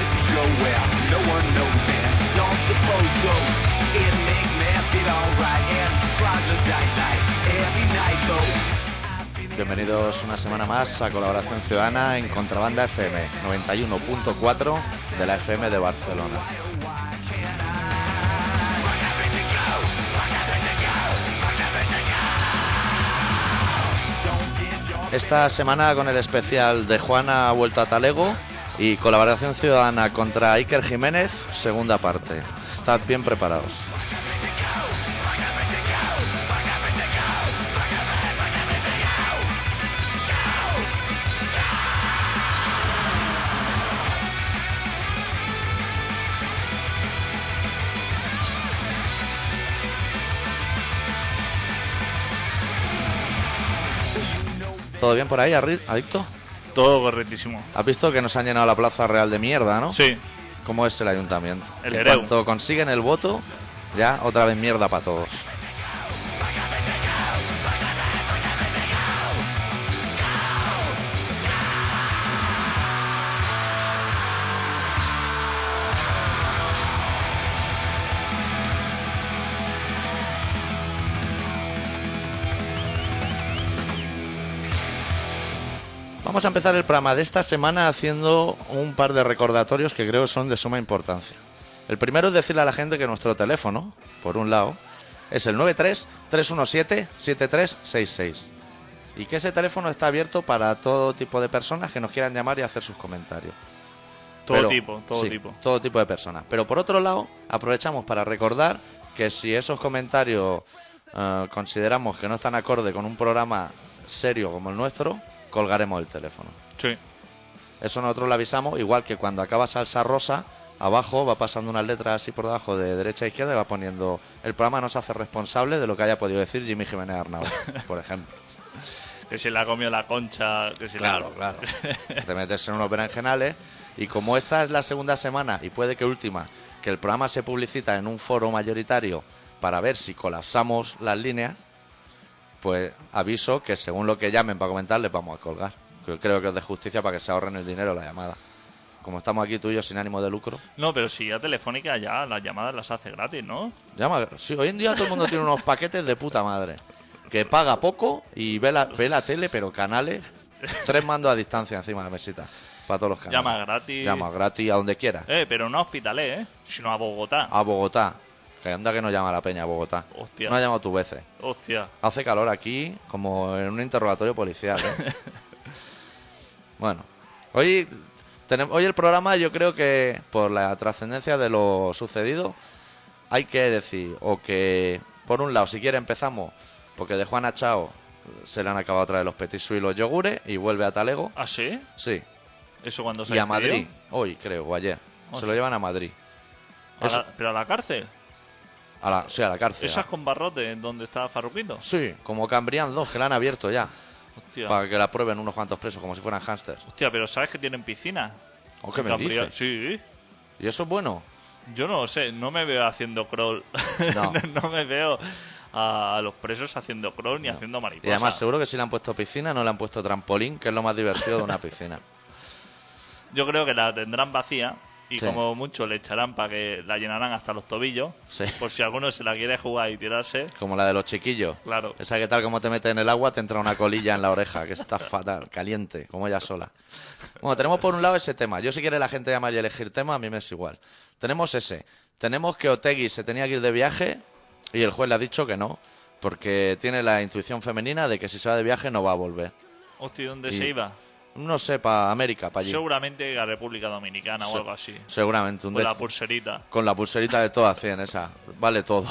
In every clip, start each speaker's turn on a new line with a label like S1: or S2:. S1: everywhere. No one knows and don't suppose so. It make math it alright and troglodyte night every night though.
S2: Bienvenidos una semana más a Colaboración Ciudadana en Contrabanda FM 91.4 de la FM de Barcelona. Esta semana con el especial de Juana Vuelta a Talego y Colaboración Ciudadana contra Iker Jiménez, segunda parte. Estad bien preparados. ¿Todo bien por ahí, Arri- Adicto?
S3: Todo correctísimo.
S2: Has visto que nos han llenado la Plaza Real de mierda, ¿no?
S3: Sí,
S2: ¿Cómo es el ayuntamiento?
S3: El
S2: en
S3: hereu.
S2: cuanto consiguen el voto, ya otra vez mierda para todos. Vamos a empezar el programa de esta semana haciendo un par de recordatorios que creo son de suma importancia. El primero es decirle a la gente que nuestro teléfono, por un lado, es el 93-317-7366. Y que ese teléfono está abierto para todo tipo de personas que nos quieran llamar y hacer sus comentarios.
S3: todo
S2: Pero-
S3: tipo, todo
S2: sí,
S3: tipo.
S2: Todo tipo de personas. Pero por otro lado, aprovechamos para recordar que si esos comentarios eh, consideramos que no están acorde con un programa serio como el nuestro, colgaremos el teléfono.
S3: Sí,
S2: Eso nosotros lo avisamos, igual que cuando acaba salsa rosa, abajo va pasando unas letras así por debajo de derecha a izquierda y va poniendo el programa no se hace responsable de lo que haya podido decir Jimmy Jiménez Arnau, por ejemplo.
S3: que si le ha comido la concha, que si
S2: Claro,
S3: la...
S2: claro. Te metes en unos berenjenales y como esta es la segunda semana y puede que última, que el programa se publicita en un foro mayoritario para ver si colapsamos las líneas, pues aviso que según lo que llamen para comentar les vamos a colgar. Yo creo que es de justicia para que se ahorren el dinero la llamada. Como estamos aquí tú y yo sin ánimo de lucro.
S3: No, pero si ya Telefónica ya las llamadas las hace gratis, ¿no?
S2: Llama, sí, hoy en día todo el mundo tiene unos paquetes de puta madre. Que paga poco y ve la, ve la tele, pero canales, tres mandos a distancia encima de la mesita. Para todos los canales.
S3: Llama gratis.
S2: Llama gratis a donde quiera.
S3: Eh, pero no a Hospitalet, ¿eh? Sino a Bogotá.
S2: A Bogotá. Que anda que no llama la peña a Bogotá.
S3: Hostia.
S2: No ha llamado tus veces.
S3: Hostia.
S2: Hace calor aquí como en un interrogatorio policial. ¿eh? bueno, hoy, tenem- hoy el programa yo creo que por la trascendencia de lo sucedido hay que decir o que por un lado si quiere empezamos porque de Juana Chao se le han acabado otra vez los petit suís y los yogures y vuelve a Talego.
S3: ¿Ah, sí?
S2: Sí,
S3: ¿Eso cuando se
S2: y a
S3: decidió?
S2: Madrid, hoy creo, o ayer. Se
S3: Hostia.
S2: lo llevan a Madrid.
S3: ¿A
S2: Eso-
S3: la- ¿Pero a la cárcel?
S2: a la, sí, a la cárcel.
S3: ¿Esas con barrotes donde está Farruquito?
S2: Sí, como Cambrian 2, que la han abierto ya.
S3: Hostia.
S2: Para que la prueben unos cuantos presos, como si fueran hámsters.
S3: Hostia, pero ¿sabes que tienen piscina?
S2: ¿O Oh, qué
S3: En
S2: me
S3: Cambria-
S2: dices?
S3: Sí.
S2: ¿Y eso es bueno?
S3: Yo no lo sé, no me veo haciendo crawl.
S2: No.
S3: me veo a los presos haciendo crawl ni
S2: No.
S3: haciendo mariposa.
S2: Y además, seguro que si le han puesto piscina, no le han puesto trampolín, que es lo más divertido de una piscina.
S3: Yo creo que la tendrán vacía y
S2: Sí.
S3: como mucho le echarán para que la llenarán hasta los tobillos.
S2: Sí.
S3: Por si alguno se la quiere jugar y tirarse.
S2: Como la de los chiquillos.
S3: Claro.
S2: Esa que tal como te metes en el agua, te entra una colilla en la oreja, que está fatal, caliente, como ella sola. Bueno, tenemos por un lado ese tema. Yo si quiere la gente llamar y elegir tema, a mí me es igual. Tenemos ese. Tenemos que Otegui se tenía que ir de viaje y el juez le ha dicho que no, porque tiene la intuición femenina de que si se va de viaje no va a volver.
S3: Hostia, ¿dónde
S2: Y-
S3: se iba?
S2: No sé, para América, para allí.
S3: Seguramente a República Dominicana
S2: Se-
S3: o algo así.
S2: Seguramente. Un
S3: Con Pues la
S2: dec-
S3: pulserita.
S2: Con la pulserita de todas 100, esa. Vale todo.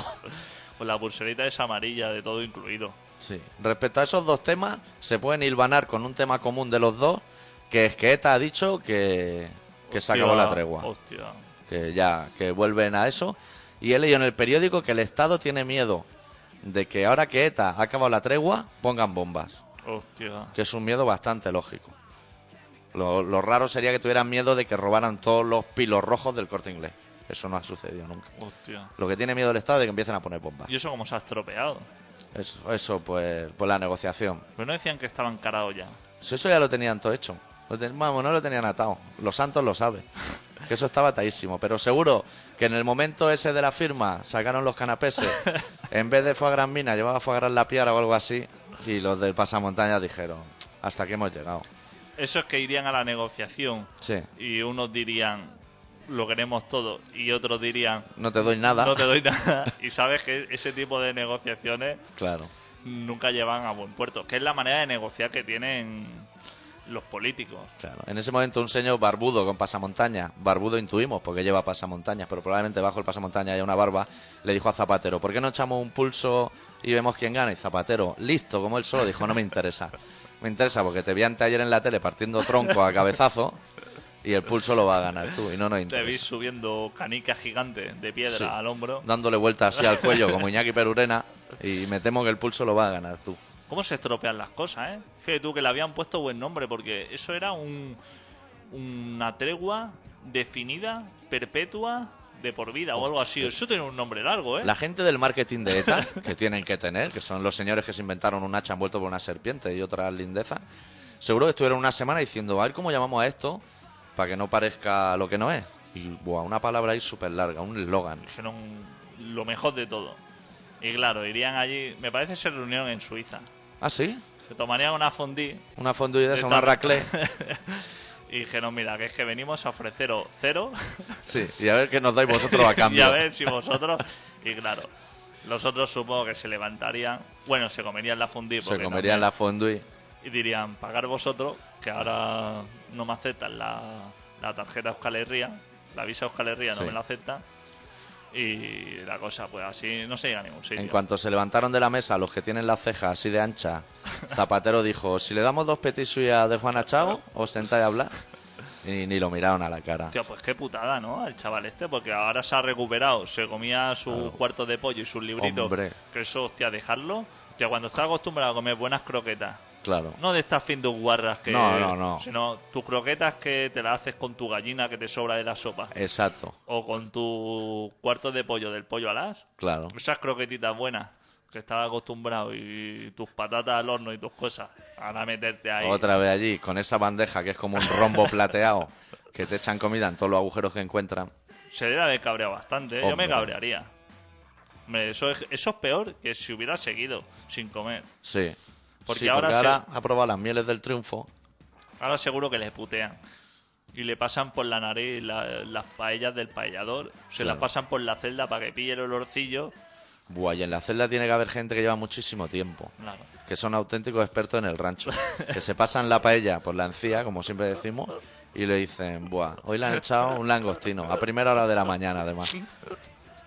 S3: Con la pulserita esa amarilla de todo incluido.
S2: Sí. Respecto a esos dos temas, se pueden hilvanar con un tema común de los dos, que es que ETA ha dicho que, que se
S3: Hostia,
S2: acabó la tregua.
S3: Hostia.
S2: Que ya, que vuelven a eso. Y he leído en el periódico que el Estado tiene miedo de que ahora que ETA ha acabado la tregua, pongan bombas.
S3: Hostia.
S2: Que es un miedo bastante lógico. Lo, lo raro sería que tuvieran miedo de que robaran todos los pilos rojos del corte inglés. Eso no ha sucedido nunca.
S3: Hostia.
S2: Lo que tiene miedo el Estado es de que empiecen a poner bombas.
S3: ¿Y eso cómo se ha estropeado?
S2: Eso, eso, pues, pues la negociación.
S3: Pero no decían que estaba encarado ya.
S2: Si eso ya lo tenían todo hecho. Lo ten- vamos, no lo tenían atado. Los santos lo saben. que eso estaba taísimo. Pero seguro que en el momento ese de la firma sacaron los canapeses, en vez de Fuagran Mina, llevaba Fuagran La Piara o algo así, y los del pasamontaña dijeron, hasta aquí hemos llegado.
S3: Eso es que irían a la negociación
S2: Sí,
S3: y unos dirían, lo queremos todo, y otros dirían,
S2: no te doy nada.
S3: no te doy nada. Y sabes que ese tipo de negociaciones
S2: Claro.
S3: nunca llevan a buen puerto, que es la manera de negociar que tienen los políticos.
S2: Claro. En ese momento un señor barbudo con pasamontaña, barbudo intuimos porque lleva pasamontañas, pero probablemente bajo el pasamontaña haya una barba, le dijo a Zapatero, ¿por qué no echamos un pulso y vemos quién gana? Y Zapatero, listo como él solo, dijo, no me interesa. Me interesa porque te vi antes ayer en la tele partiendo tronco a cabezazo y el pulso lo va a ganar tú y no nos
S3: Te vi
S2: interesa.
S3: subiendo canicas gigantes de piedra
S2: Sí.
S3: al hombro.
S2: Dándole vueltas así al cuello como Iñaki Perurena y me temo que el pulso lo va a ganar tú.
S3: ¿Cómo se estropean las cosas, eh? Fíjate tú que le habían puesto buen nombre porque eso era un, una tregua definida, perpetua, de por vida o algo así. Eso tiene un nombre largo, ¿eh?
S2: La gente del marketing de ETA, que tienen que tener, que son los señores que se inventaron un hacha envuelto por una serpiente y otra lindeza, seguro que estuvieron una semana diciendo, a ver cómo llamamos a esto para que no parezca lo que no es. Y buah, una palabra ahí súper larga, un eslogan.
S3: Dijeron lo mejor de todo. Y claro, irían allí. Me parece que se reunieron en Suiza.
S2: ¿Ah, sí?
S3: Se tomarían una fondue
S2: Una fondue de esa, una
S3: Esta-
S2: raclée.
S3: y dijeron, mira, que es que venimos a ofreceros cero
S2: Sí, y a ver qué nos dais vosotros a
S3: y
S2: cambio.
S3: a ver si vosotros... Y claro, los otros supongo que se levantarían... Bueno, se comerían la fundí.
S2: se comerían la fondue.
S3: Y dirían, pagar vosotros, que ahora no me aceptan la, la tarjeta Euskal Herria, la visa Euskal Herria
S2: Sí.
S3: no me la acepta. Y la cosa, pues así no se llega a ningún sitio.
S2: En cuanto se levantaron de la mesa los que tienen las cejas así de ancha, Zapatero dijo, si le damos dos petisuyas de Juana Chao, os sentáis a hablar. Y ni lo miraron a la cara.
S3: Hostia, pues qué putada, ¿no? Al chaval este, porque ahora se ha recuperado, se comía sus
S2: Claro.
S3: cuartos de pollo y sus libritos.
S2: Hombre.
S3: Que eso, hostia, dejarlo. Hostia, cuando está acostumbrado a comer buenas croquetas,
S2: Claro.
S3: no de estas fin de guarras que.
S2: No, no, no.
S3: Sino tus croquetas que te las haces con tu gallina que te sobra de la sopa.
S2: Exacto,
S3: O con tu cuarto de pollo del pollo alas.
S2: claro.
S3: Esas croquetitas buenas que estás acostumbrado y tus patatas al horno y tus cosas. Ahora meterte ahí.
S2: Otra vez allí, con esa bandeja que es como un rombo plateado, que te echan comida en todos los agujeros que encuentran.
S3: Se debe haber cabreado bastante, ¿eh? yo
S2: Hombre.
S3: me cabrearía. Hombre, eso es, eso es peor que si hubiera seguido sin comer.
S2: Sí.
S3: Porque
S2: Sí,
S3: ahora
S2: porque
S3: se-
S2: ahora ha probado las mieles del triunfo.
S3: Ahora seguro que les putean. Y le pasan por la nariz la- las paellas del paellador. Se
S2: Claro.
S3: las pasan por la celda para que pille el olorcillo.
S2: Buah, y en la celda tiene que haber gente que lleva muchísimo tiempo,
S3: Claro.
S2: que son auténticos expertos en el rancho, que se pasan la paella por la encía, como siempre decimos, y le dicen, buah, hoy le han echado un langostino, a primera hora de la mañana además.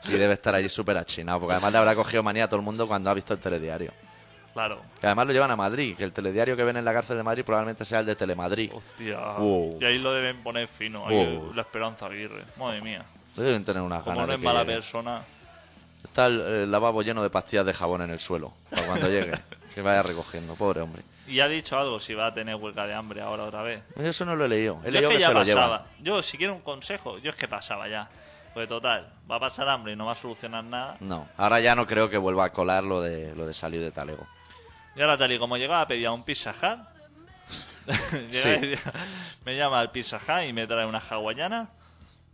S2: Y debe estar allí súper achinado, porque además le habrá cogido manía a todo el mundo cuando ha visto el telediario.
S3: Claro.
S2: Que además lo llevan a Madrid, que el telediario que ven en la cárcel de Madrid probablemente sea el de Telemadrid.
S3: Hostia.
S2: Wow.
S3: Y ahí lo deben poner fino. ahí
S2: Wow.
S3: la esperanza Aguirre. Madre mía.
S2: Pues Deben tener unas
S3: Como
S2: ganas
S3: no
S2: de
S3: es
S2: que
S3: mala
S2: llegue.
S3: persona.
S2: Está el, el lavabo lleno de pastillas de jabón en el suelo, para cuando llegue, que vaya recogiendo, pobre hombre.
S3: Y ha dicho algo si va a tener huelga de hambre ahora otra vez.
S2: Eso no lo he leído, he
S3: yo
S2: leído que,
S3: es que ya
S2: se lo
S3: pasaba.
S2: llevan.
S3: Yo, si quiero un consejo, yo es que pasaba ya. Porque total, va a pasar hambre y no va a solucionar nada.
S2: No, ahora ya no creo que vuelva a colar lo de, lo de salir de talego.
S3: Y ahora, tal y como llegaba, pedía un Pizza Hut.
S2: Sí.
S3: Llega y dice, me llama al Pizza Hut y me trae una hawaiana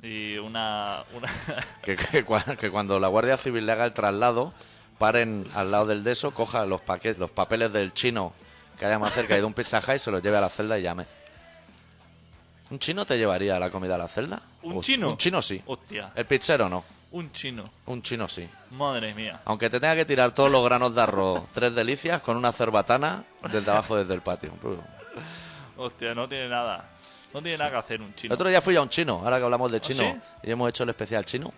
S3: y una... una
S2: Que, que cua- que cuando la Guardia Civil le haga el traslado, paren al lado del deso, coja los, paquetes, los papeles del chino que haya más cerca y de un pizza Hut y se los lleve a la celda y llame. ¿Un chino te llevaría la comida a la celda?
S3: ¿Un
S2: Uf,
S3: chino?
S2: Un chino sí.
S3: Hostia,
S2: El pizzero no,
S3: un chino.
S2: un chino sí.
S3: Madre mía.
S2: Aunque te tenga que tirar todos los granos de arroz, tres delicias, con una cerbatana desde abajo, desde el patio.
S3: Hostia, no tiene nada. No tiene nada que hacer un
S2: El
S3: chino. ¿Ah,
S2: otro día fui a un chino, ahora que hablamos de chino,
S3: sí?
S2: y hemos hecho el especial chino.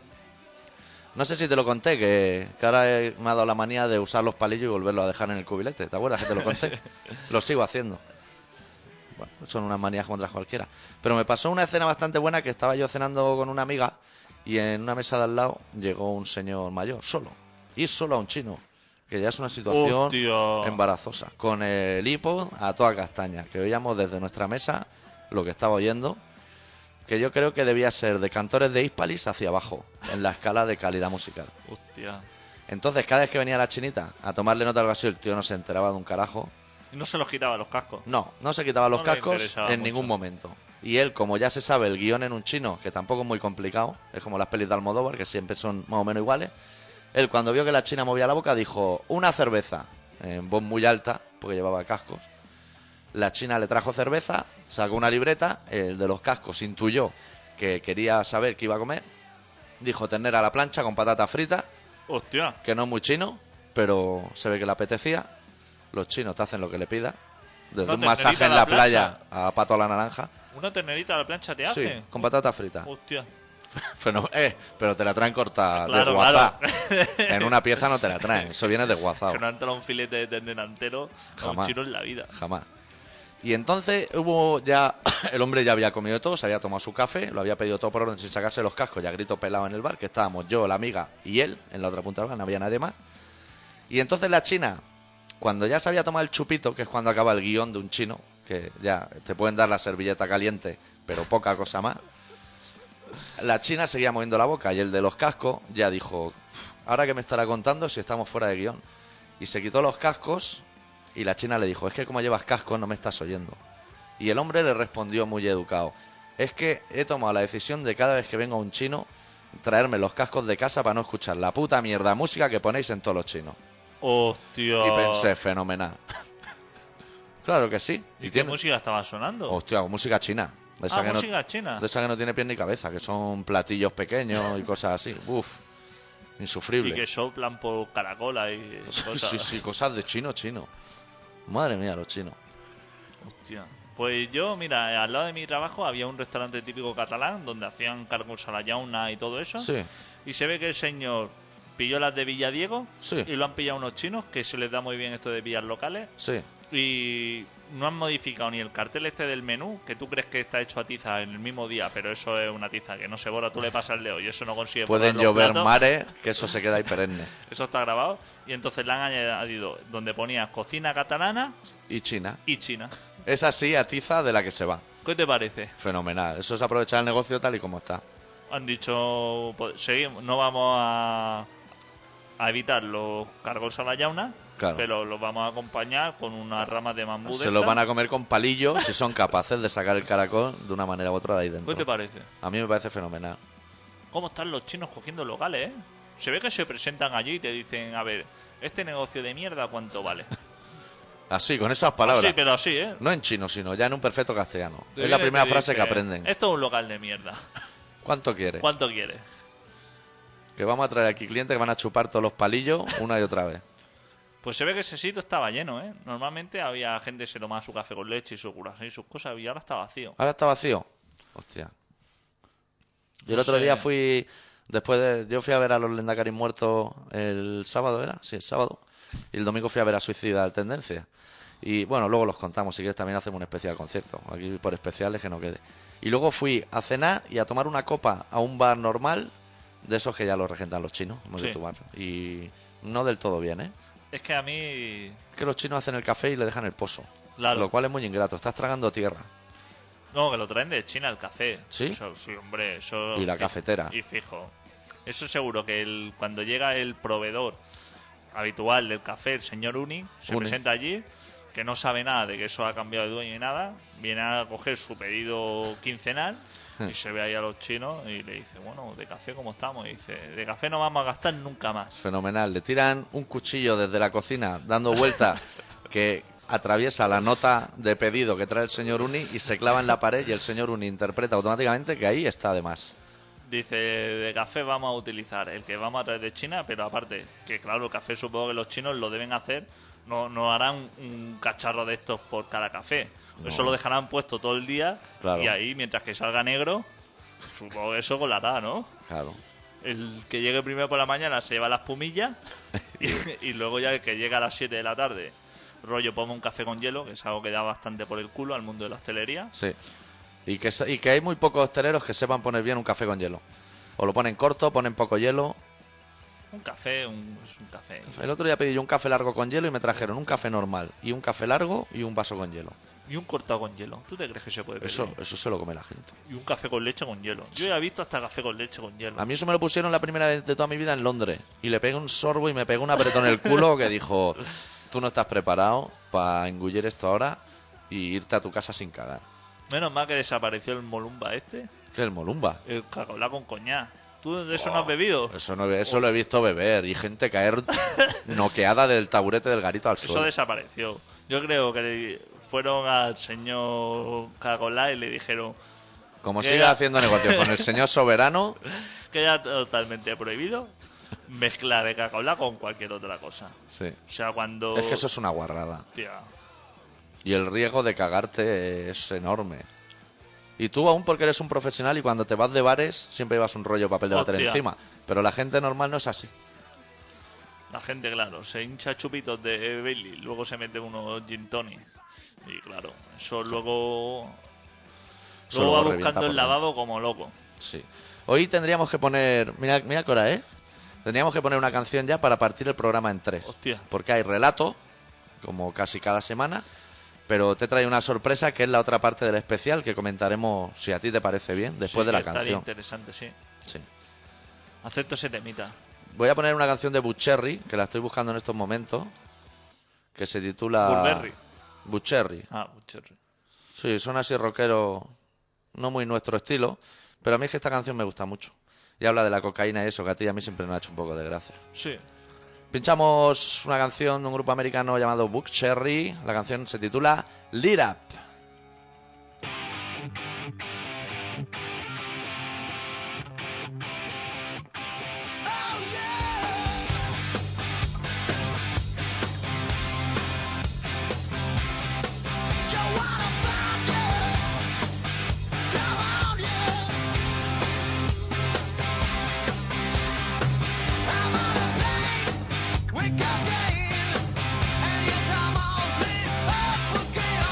S2: No sé si te lo conté, que, que ahora he- me ha dado la manía de usar los palillos y volverlo a dejar en el cubilete. ¿Te acuerdas que te lo conté? lo sigo haciendo. Bueno, son unas manías contra cualquiera. Pero me pasó una escena bastante buena que estaba yo cenando con una amiga y en una mesa de al lado llegó un señor mayor, solo. Ir solo a un chino, que ya es una situación
S3: Hostia.
S2: embarazosa. Con el hipo a toda castaña, que oíamos desde nuestra mesa lo que estaba oyendo, que yo creo que debía ser de cantores de Hispalis hacia abajo, en la escala de calidad musical.
S3: Hostia.
S2: Entonces, cada vez que venía la chinita a tomarle nota al así, el tío no se enteraba de un carajo.
S3: Y no se los quitaba los cascos.
S2: No, no se quitaba los
S3: No le
S2: cascos
S3: interesaba
S2: en
S3: mucho.
S2: ningún momento. Y él, como ya se sabe, el guión en un chino, que tampoco es muy complicado, es como las pelis de Almodóvar, que siempre son más o menos iguales. Él, cuando vio que la china movía la boca, dijo: Una cerveza, en voz muy alta, porque llevaba cascos. La china le trajo cerveza, sacó una libreta, el de los cascos intuyó que quería saber qué iba a comer. Dijo ternera a la plancha con patatas fritas,
S3: Hostia.
S2: que no es muy chino, pero se ve que le apetecía. Los chinos te hacen lo que le pida. Desde
S3: Una
S2: un masaje
S3: ternerita
S2: en
S3: a la
S2: la playa a pato a la naranja.
S3: Una ternerita a la plancha te hace.
S2: Sí, con patatas fritas.
S3: Hostia.
S2: Fenó- eh, pero te la traen corta
S3: Claro,
S2: Ah, de WhatsApp.
S3: claro.
S2: En una pieza no te la traen, eso viene de WhatsApp,
S3: Que no ha entrado un filete de ternera entero a un
S2: Jamás.
S3: chino en la vida.
S2: jamás. Y entonces hubo ya, el hombre ya había comido todo, se había tomado su café, lo había pedido todo por orden sin sacarse los cascos, ya grito pelado en el bar, que estábamos yo, la amiga y él, en la otra punta del bar, no había nadie más. Y entonces la china, cuando ya se había tomado el chupito, que es cuando acaba el guión de un chino, que ya te pueden dar la servilleta caliente, pero poca cosa más, la china seguía moviendo la boca y el de los cascos ya dijo, "Uf, ahora que me estará contando si estamos fuera de guión. Y se quitó los cascos y la china le dijo, es que como llevas cascos no me estás oyendo. Y el hombre le respondió muy educado, es que he tomado la decisión de cada vez que venga un chino traerme los cascos de casa para no escuchar la puta mierda de música que ponéis en todos los chinos.
S3: Hostia.
S2: Y pensé, fenomenal. claro que sí.
S3: ¿Y qué
S2: tiene-
S3: música estaba sonando?
S2: Hostia, música china. De esa
S3: ah,
S2: que no-
S3: música china.
S2: de esa que no tiene pie ni cabeza, que son platillos pequeños y cosas así. Uf,
S3: Y
S2: insufrible.
S3: que soplan por caracola y
S2: Sí,
S3: cosas.
S2: sí, sí, cosas de chino, chino. Madre mía, los chinos.
S3: Hostia. Pues yo, mira, al lado de mi trabajo había un restaurante típico catalán donde hacían cargos a la yauna y todo eso.
S2: Sí,
S3: Y se ve que el señor pilló las de Villadiego
S2: Sí.
S3: y lo han pillado unos chinos que se les da muy bien esto de pillar locales.
S2: sí.
S3: Y no han modificado ni el cartel este del menú, que tú crees que está hecho a tiza en el mismo día, pero eso es una tiza que no se borra, tú le pasas el dedo y eso no consigue
S2: Pueden
S3: borrar los
S2: llover
S3: platos.
S2: mares, que eso se queda ahí perenne.
S3: Eso está grabado. Y entonces le han añadido donde ponía cocina catalana
S2: Y China.
S3: y China.
S2: Es así, atiza de la que se va.
S3: ¿Qué te parece?
S2: Fenomenal. Eso es aprovechar el negocio tal y como está.
S3: Han dicho, pues, seguimos, no vamos a, a evitar los cargos a la yauna,
S2: Claro.
S3: pero los vamos a acompañar con unas ramas de bambú.
S2: Se los van a comer con palillos si son capaces de sacar el caracol de una manera u otra de ahí
S3: ¿Qué Pues te
S2: dentro.
S3: parece?
S2: A mí me parece fenomenal.
S3: ¿Cómo están los chinos cogiendo locales, eh? Se ve que se presentan allí y te dicen, a ver, este negocio de mierda, ¿cuánto vale?
S2: Así, con esas
S3: Sí,
S2: palabras.
S3: pero así, ¿eh?
S2: No en chino, sino ya en un perfecto castellano.
S3: Te
S2: es la
S3: vienen y te
S2: primera frase que
S3: dicen,
S2: aprenden.
S3: Esto es un local de mierda.
S2: ¿Cuánto quieres?
S3: ¿Cuánto quieres?
S2: Que vamos a traer aquí clientes que van a chupar todos los palillos una y otra vez.
S3: Pues se ve que ese sitio estaba lleno, ¿eh? Normalmente había gente que se tomaba su café con leche y su curasa y sus cosas y ahora está vacío.
S2: Ahora está vacío. Hostia. Yo el
S3: No
S2: otro
S3: sé.
S2: día fui. Después de. Yo fui a ver a los Lendacaris muertos el sábado, ¿era? Sí, el sábado. Y el domingo fui a ver a Suicidal Tendencia. Y bueno, luego los contamos. Si quieres, también hacemos un especial concierto. Aquí por especiales que no quede. Y luego fui a cenar y a tomar una copa a un bar normal. De esos que ya lo regentan los chinos. Hemos
S3: Sí.
S2: dicho bar. Y no del todo bien, ¿eh?
S3: Es que a mí...
S2: Es que los chinos hacen el café y le dejan el pozo.
S3: Claro.
S2: Lo cual es muy ingrato. Estás tragando tierra.
S3: No, que lo traen de China el café.
S2: ¿Sí?
S3: Eso, sí, hombre, eso...
S2: Y la
S3: fi-
S2: cafetera.
S3: Y fijo. Eso seguro que el, cuando llega el proveedor habitual del café, el señor Uni, se
S2: Uni.
S3: presenta allí, que no sabe nada de que eso ha cambiado de dueño ni nada, viene a coger su pedido quincenal y se ve ahí a los chinos y le dice, bueno, de café cómo estamos, y dice, de café no vamos a gastar nunca más.
S2: Fenomenal. Le tiran un cuchillo desde la cocina dando vueltas que atraviesa la nota de pedido que trae el señor Uni y se clava en la pared y el señor Uni interpreta automáticamente que ahí está de más.
S3: Dice, de café vamos a utilizar el que vamos a traer de China, pero aparte, que claro, el café supongo que los chinos lo deben hacer, no, no harán un cacharro de estos por cada café.
S2: No.
S3: Eso lo dejarán puesto todo el día
S2: Claro.
S3: y ahí, mientras que salga negro, supongo que eso colará, ¿no?
S2: Claro.
S3: El que llegue primero por la mañana se lleva las pumillas y, y luego ya el que llega a las 7 de la tarde, rollo, pongo un café con hielo, que es algo que da bastante por el culo al mundo de la hostelería.
S2: Sí. Y que, se- y que hay muy pocos hosteleros que sepan poner bien un café con hielo. O lo ponen corto, ponen poco hielo.
S3: Un café, un, es un café.
S2: El otro día pedí yo un café largo con hielo y me trajeron un café normal y un café largo y un vaso con hielo.
S3: Y un cortado con hielo. ¿Tú te crees que se puede pedir?
S2: Eso, eso se lo come la gente.
S3: Y un café con leche con hielo. Yo ya he visto hasta café con leche con hielo.
S2: A mí eso me lo pusieron la primera vez de toda mi vida en Londres. Y le pegué un sorbo y me pegó un apretón en el culo que dijo, tú no estás preparado para engullir esto ahora y irte a tu casa sin cagar.
S3: Menos mal que desapareció el Molumba este.
S2: ¿Qué es el Molumba?
S3: El Cacolá con coñá. ¿Tú de eso no
S2: Oh,
S3: has bebido?
S2: Eso, no, eso lo he visto beber y gente caer noqueada del taburete del garito al
S3: Eso
S2: suelo.
S3: desapareció. Yo creo que le- fueron al señor Cacolá y le dijeron
S2: Como
S3: que
S2: siga
S3: era-
S2: haciendo negocios con el señor soberano,
S3: que era totalmente prohibido mezclar el Cacolá con cualquier otra cosa.
S2: sí.
S3: O sea, cuando...
S2: Es que eso es una guarrada.
S3: Tía,
S2: Y el riesgo de cagarte es enorme. Y tú aún porque eres un profesional y cuando te vas de bares siempre llevas un rollo de papel de bater
S3: Hostia.
S2: encima. Pero la gente normal no es así.
S3: la gente, claro, se hincha chupitos de Bailey, luego se mete unos gin tonic. Y claro, eso luego...
S2: Eso
S3: Luego va
S2: luego revienta
S3: buscando el
S2: por dentro.
S3: lavabo como loco.
S2: Sí. Hoy tendríamos que poner... Mira, mira qué hora, ¿eh? Tendríamos que poner una canción ya para partir el programa en tres.
S3: Hostia.
S2: porque hay relato, como casi cada semana, pero te trae una sorpresa que es la otra parte del especial que comentaremos, si a ti te parece bien, después
S3: sí,
S2: de la
S3: estaría
S2: canción.
S3: interesante, sí.
S2: Sí.
S3: Acepto ese temita.
S2: Voy a poner una canción de Bucherry, que la estoy buscando en estos momentos, que se titula...
S3: Burberry.
S2: Bucherry.
S3: Ah, Bucherry.
S2: Sí, suena así rockero, no muy nuestro estilo, pero a mí es que esta canción me gusta mucho. Y habla de la cocaína y eso, que a ti y a mí siempre nos ha hecho un poco de gracia.
S3: Sí.
S2: Pinchamos una canción de un grupo americano llamado Book Cherry. La canción se titula Lit Up.
S1: Wake up, and yes, I'm all lit up again.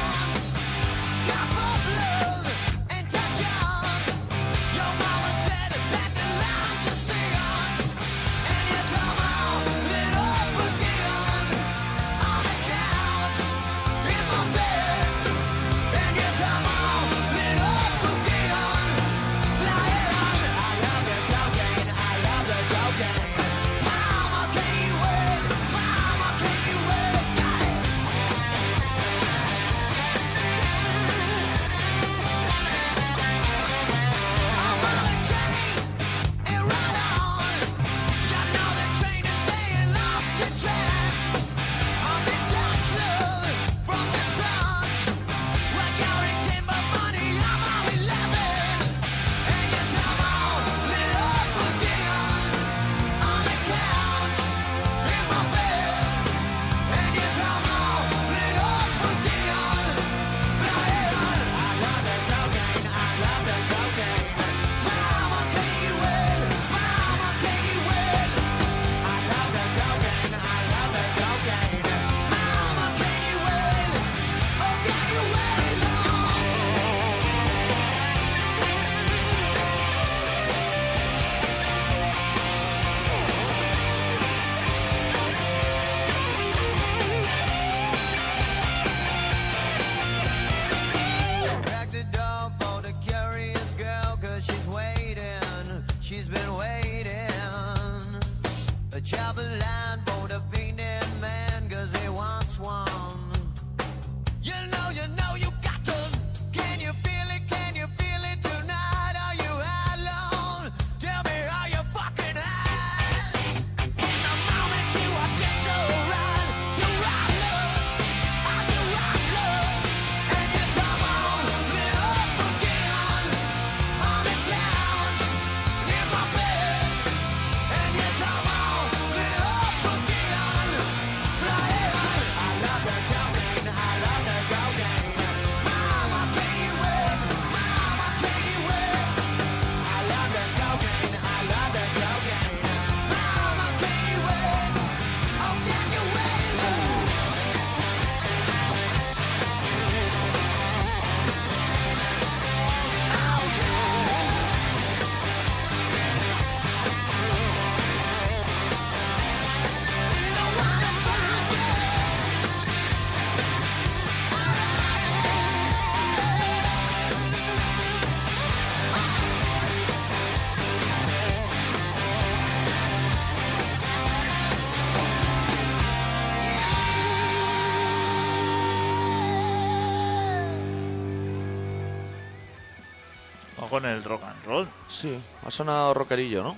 S3: O con el rock and roll.
S2: Sí, ha sonado rockerillo, ¿no?